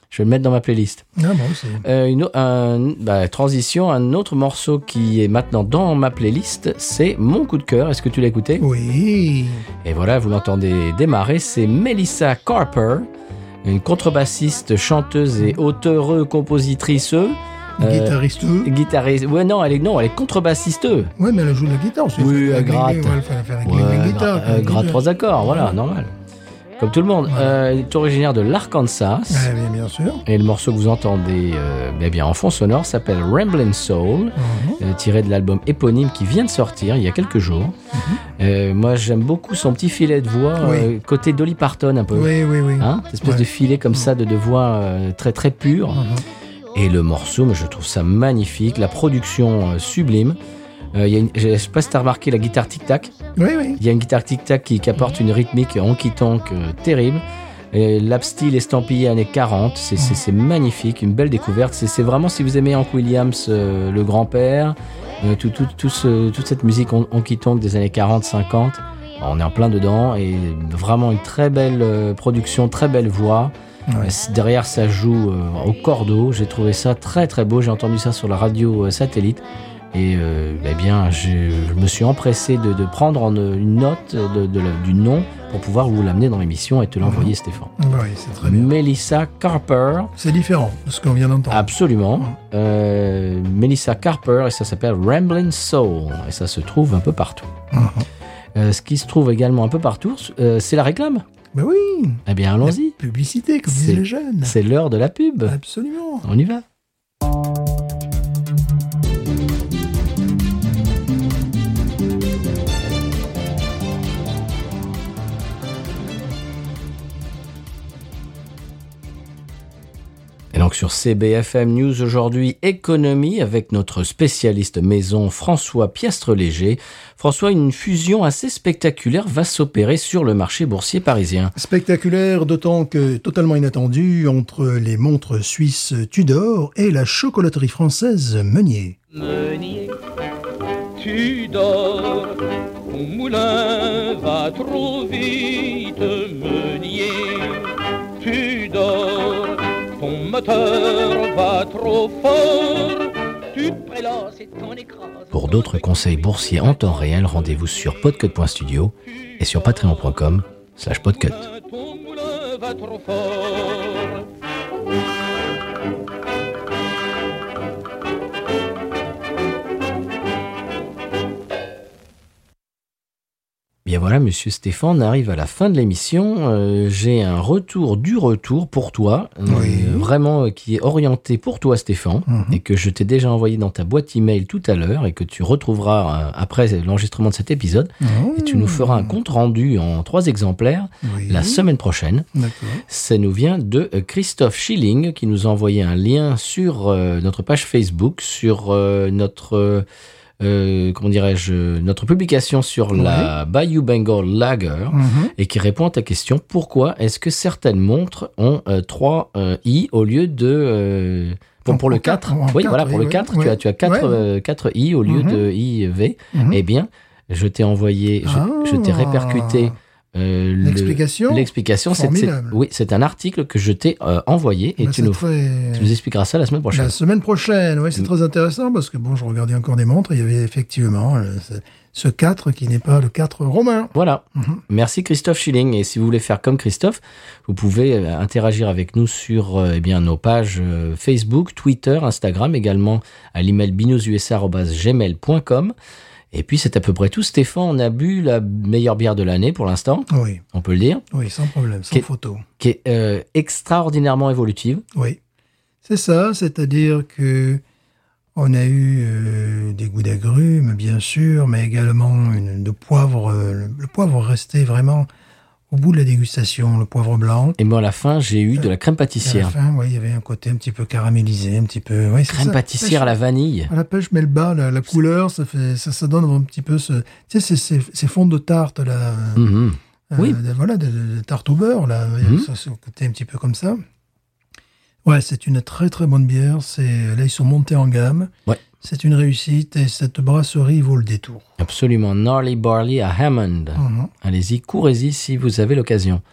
Speaker 1: Je vais le mettre dans ma playlist.
Speaker 2: Ah bon, c'est...
Speaker 1: Euh, une, au- un, bah, transition, un autre morceau qui est maintenant dans ma playlist, c'est Mon coup de cœur. Est-ce que tu l'as écouté
Speaker 2: Oh. Oui
Speaker 1: Et voilà, vous l'entendez démarrer, c'est Melissa Carper, une contrebassiste, chanteuse et auteure, compositrice. euh,
Speaker 2: Guitariste.
Speaker 1: guitariste. Ouais, non, elle est, non, elle est contrebassiste.
Speaker 2: Ouais, mais elle joue de la guitare aussi.
Speaker 1: Oui,
Speaker 2: elle
Speaker 1: elle gratte.
Speaker 2: Ouais, elle fait- elle fait la
Speaker 1: Ouais,
Speaker 2: la guitare.
Speaker 1: gra- euh, grade trois accords, voilà, normal. Comme tout le monde. Euh, elle est originaire de l'Arkansas.
Speaker 2: Ouais, bien, bien sûr.
Speaker 1: Et le morceau que vous entendez euh, eh bien, en fond sonore s'appelle Ramblin' Soul,
Speaker 2: Mhm.
Speaker 1: euh, tiré de l'album éponyme qui vient de sortir il y a quelques jours. Euh, moi, j'aime beaucoup son petit filet de voix,
Speaker 2: Mhm. Oui.
Speaker 1: euh, côté Dolly Parton un peu.
Speaker 2: Oui, oui, oui.
Speaker 1: Hein Cette espèce
Speaker 2: Ouais. Mhm.
Speaker 1: de filet comme ça de, de voix euh, très très pure. Et le morceau, mais je trouve ça magnifique, la production euh, sublime. Euh, il y a une- je ne sais pas si tu as remarqué la guitare tic-tac.
Speaker 2: Oui, oui.
Speaker 1: Il y a une guitare tic-tac qui, qui apporte une rythmique honky-tonk euh, terrible. Et L'abstyle estampillé années 40, c'est- c'est c'est magnifique, une belle découverte. C'est c'est vraiment, si vous aimez Hank Williams, euh, le grand-père, euh, tout, tout, tout ce- toute cette musique hon- honky-tonk des années 40-50, on est en plein dedans et vraiment une très belle euh, production, très belle voix. Euh, c- Derrière, ça joue euh, au cordeau. J'ai trouvé ça très très beau. J'ai entendu ça sur la radio euh, satellite. Et euh, eh bien, j'ai- je me suis empressé de, de prendre en, euh, une note de- de la- du nom pour pouvoir vous l'amener dans l'émission et te l'envoyer, Stéphane.
Speaker 2: Ah, bah Oui, c'est très bien.
Speaker 1: Melissa Carper,
Speaker 2: C'est différent de ce qu'on vient d'entendre.
Speaker 1: Ah. absolument. Euh, Melissa Carper, et ça s'appelle Ramblin' Soul. Et ça se trouve un peu partout. Euh, ce qui se trouve également un peu partout, euh, c'est la réclame.
Speaker 2: Mais oui
Speaker 1: Eh bien, allons-y.
Speaker 2: Publicité, comme disent
Speaker 1: C'est-
Speaker 2: les jeunes.
Speaker 1: C'est l'heure de la pub.
Speaker 2: Absolument.
Speaker 1: On y va. Et donc sur CBFM News aujourd'hui, économie avec notre spécialiste maison François Piastre-Léger. François, une fusion assez spectaculaire va s'opérer sur le marché boursier parisien.
Speaker 2: Spectaculaire, d'autant que totalement inattendu, entre les montres suisses Tudor et la chocolaterie française Meunier.
Speaker 5: Meunier, tu dors, ton moulin va trop vite, meunier, tu dors, ton moteur va trop fort, tu te prélasses et t'en écrases.
Speaker 1: Pour d'autres conseils boursiers en temps réel, rendez-vous sur podcut.studio et sur patreon.com slash podcut.
Speaker 5: Ton moulin va trop fort.
Speaker 1: bien voilà, monsieur Stéphane, on arrive à la fin de l'émission. Euh, J'ai un retour du retour pour toi, euh,
Speaker 2: Oui.
Speaker 1: vraiment euh, qui est orienté pour toi, Stéphane,
Speaker 2: Mhm.
Speaker 1: et que je t'ai déjà envoyé dans ta boîte email tout à l'heure et que tu retrouveras euh, après l'enregistrement de cet épisode. Et tu nous feras un compte rendu en trois exemplaires
Speaker 2: Mhm. Hmm. Oui.
Speaker 1: la semaine prochaine.
Speaker 2: D'accord.
Speaker 1: Ça nous vient de euh, Christophe Schilling qui nous a envoyé un lien sur euh, notre page Facebook, sur euh, notre euh, euh, comment dirais-je notre publication sur la Bayou Bengal Lager
Speaker 2: Mhm.
Speaker 1: et qui répond à ta question pourquoi est-ce que certaines montres ont 3 i au lieu de euh, pour,
Speaker 2: En-
Speaker 1: pour
Speaker 2: Mhm. en
Speaker 1: le
Speaker 2: quatre,
Speaker 1: 4,
Speaker 2: en
Speaker 1: oui,
Speaker 2: quatre,
Speaker 1: voilà, pour
Speaker 2: oui,
Speaker 1: le
Speaker 2: oui,
Speaker 1: 4, tu
Speaker 2: oui.
Speaker 1: as, euh, tu as 4,
Speaker 2: Ouais.
Speaker 1: i au lieu
Speaker 2: Mhm.
Speaker 1: de IV.
Speaker 2: Mhm.
Speaker 1: Eh bien, je t'ai envoyé, je, je t'ai
Speaker 2: Ah.
Speaker 1: répercuté euh, le,
Speaker 2: L'explication
Speaker 1: L'explication, c'est c'est-
Speaker 2: Formidable.
Speaker 1: oui, c'est un article que je t'ai euh, envoyé et
Speaker 2: bah,
Speaker 1: tu,
Speaker 2: c'est
Speaker 1: nous,
Speaker 2: très-
Speaker 1: tu nous expliqueras ça la semaine prochaine.
Speaker 2: La semaine prochaine, oui, c'est
Speaker 1: Mm.
Speaker 2: très intéressant parce que bon, je regardais encore des montres, il y avait effectivement euh, ce- ce 4 qui n'est pas le 4 romain.
Speaker 1: Voilà.
Speaker 2: Mhm.
Speaker 1: Merci Christophe Schilling. Et si vous voulez faire comme Christophe, vous pouvez euh, interagir avec nous sur euh, eh bien, nos pages euh, Facebook, Twitter, Instagram, également à l'email binoususa.gmail.com. Et puis c'est à peu près tout. Stéphane, on a bu la meilleure bière de l'année pour l'instant,
Speaker 2: Oui,
Speaker 1: on peut le dire,
Speaker 2: oui, sans problème, sans
Speaker 1: Qu'est-
Speaker 2: photo.
Speaker 1: qui est euh, extraordinairement évolutive.
Speaker 2: Oui. C'est ça, c'est-à-dire que on a eu euh, des goûts d'agrumes, bien sûr, mais également une, de poivre. euh, le, le poivre restait vraiment au bout de la dégustation, le poivre blanc.
Speaker 1: Et moi à la fin, j'ai eu de la crème
Speaker 2: Et à la
Speaker 1: pâtissière.
Speaker 2: fin, ouais, il y avait un côté un petit peu caramélisé, un petit peu. Ouais, c'est
Speaker 1: Crème
Speaker 2: ça.
Speaker 1: pâtissière à la vanille.
Speaker 2: À la pêche, mais le bas, la, la couleur, ça, fait, ça, ça donne un petit peu ce. Tu sais, ces- ces ces fonds de tarte, là. euh,
Speaker 1: Mhm. Oui.
Speaker 2: de- voilà, de, de- de tarte au beurre, là.
Speaker 1: Mhm.
Speaker 2: Ça, c'est au côté un petit peu comme ça. Ouais, c'est une très très bonne bière. C'est Là, ils sont montés en gamme.
Speaker 1: Ouais.
Speaker 2: C'est une réussite et cette brasserie vaut le détour.
Speaker 1: Absolument. Gnarly Barley à Hammond.
Speaker 2: Mhm.
Speaker 1: Allez-y, courez-y si vous avez l'occasion.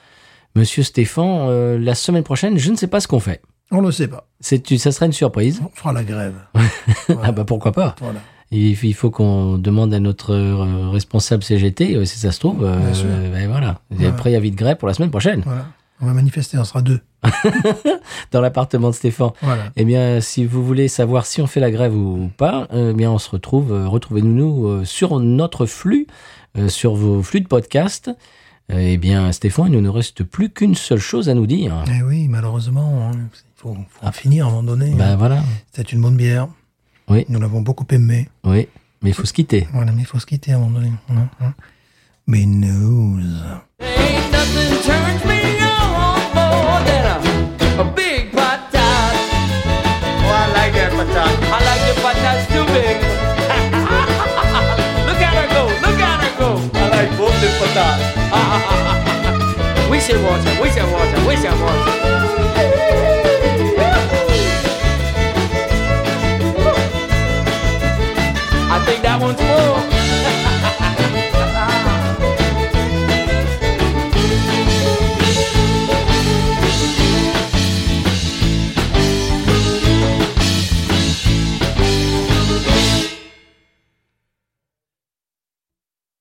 Speaker 1: Monsieur Stéphane, euh, la semaine prochaine, je ne sais pas ce qu'on fait.
Speaker 2: On ne le sait pas.
Speaker 1: C'est, tu- ça sera une surprise.
Speaker 2: On fera la grève.
Speaker 1: Ah bah pourquoi pas.
Speaker 2: Voilà.
Speaker 1: Il, il faut qu'on demande à notre euh, responsable CGT, euh, si ça se trouve. euh,
Speaker 2: Bien sûr.
Speaker 1: ben voilà. Et
Speaker 2: Ouais.
Speaker 1: après, il y a vite grès pour la semaine prochaine,
Speaker 2: voilà. On va manifester, on sera deux.
Speaker 1: dans l'appartement de Stéphane.
Speaker 2: Voilà.
Speaker 1: Eh bien, si vous voulez savoir si on fait la grève ou pas, eh bien, on se retrouve, euh, retrouvez-nous nous, euh, sur notre flux, euh, sur vos flux de podcasts. Euh, Eh bien, Stéphane, il ne nous reste plus qu'une seule chose à nous dire.
Speaker 2: Eh oui, malheureusement, hein, il faut, faut en
Speaker 1: Ah.
Speaker 2: finir à un moment donné.
Speaker 1: Ben voilà.
Speaker 2: C'était une bonne bière.
Speaker 1: Oui.
Speaker 2: Nous l'avons beaucoup aimée.
Speaker 1: Oui, mais il faut se quitter.
Speaker 2: Voilà, mais il faut se quitter à un moment donné. Hein, hein. Mais news.
Speaker 6: Ain't nothing turns me on more than a, a big patat. Oh, I like that patat. I like the patats too big. look at her go, look at her go. I like both the patats. we should watch her, we should watch her, we should watch her.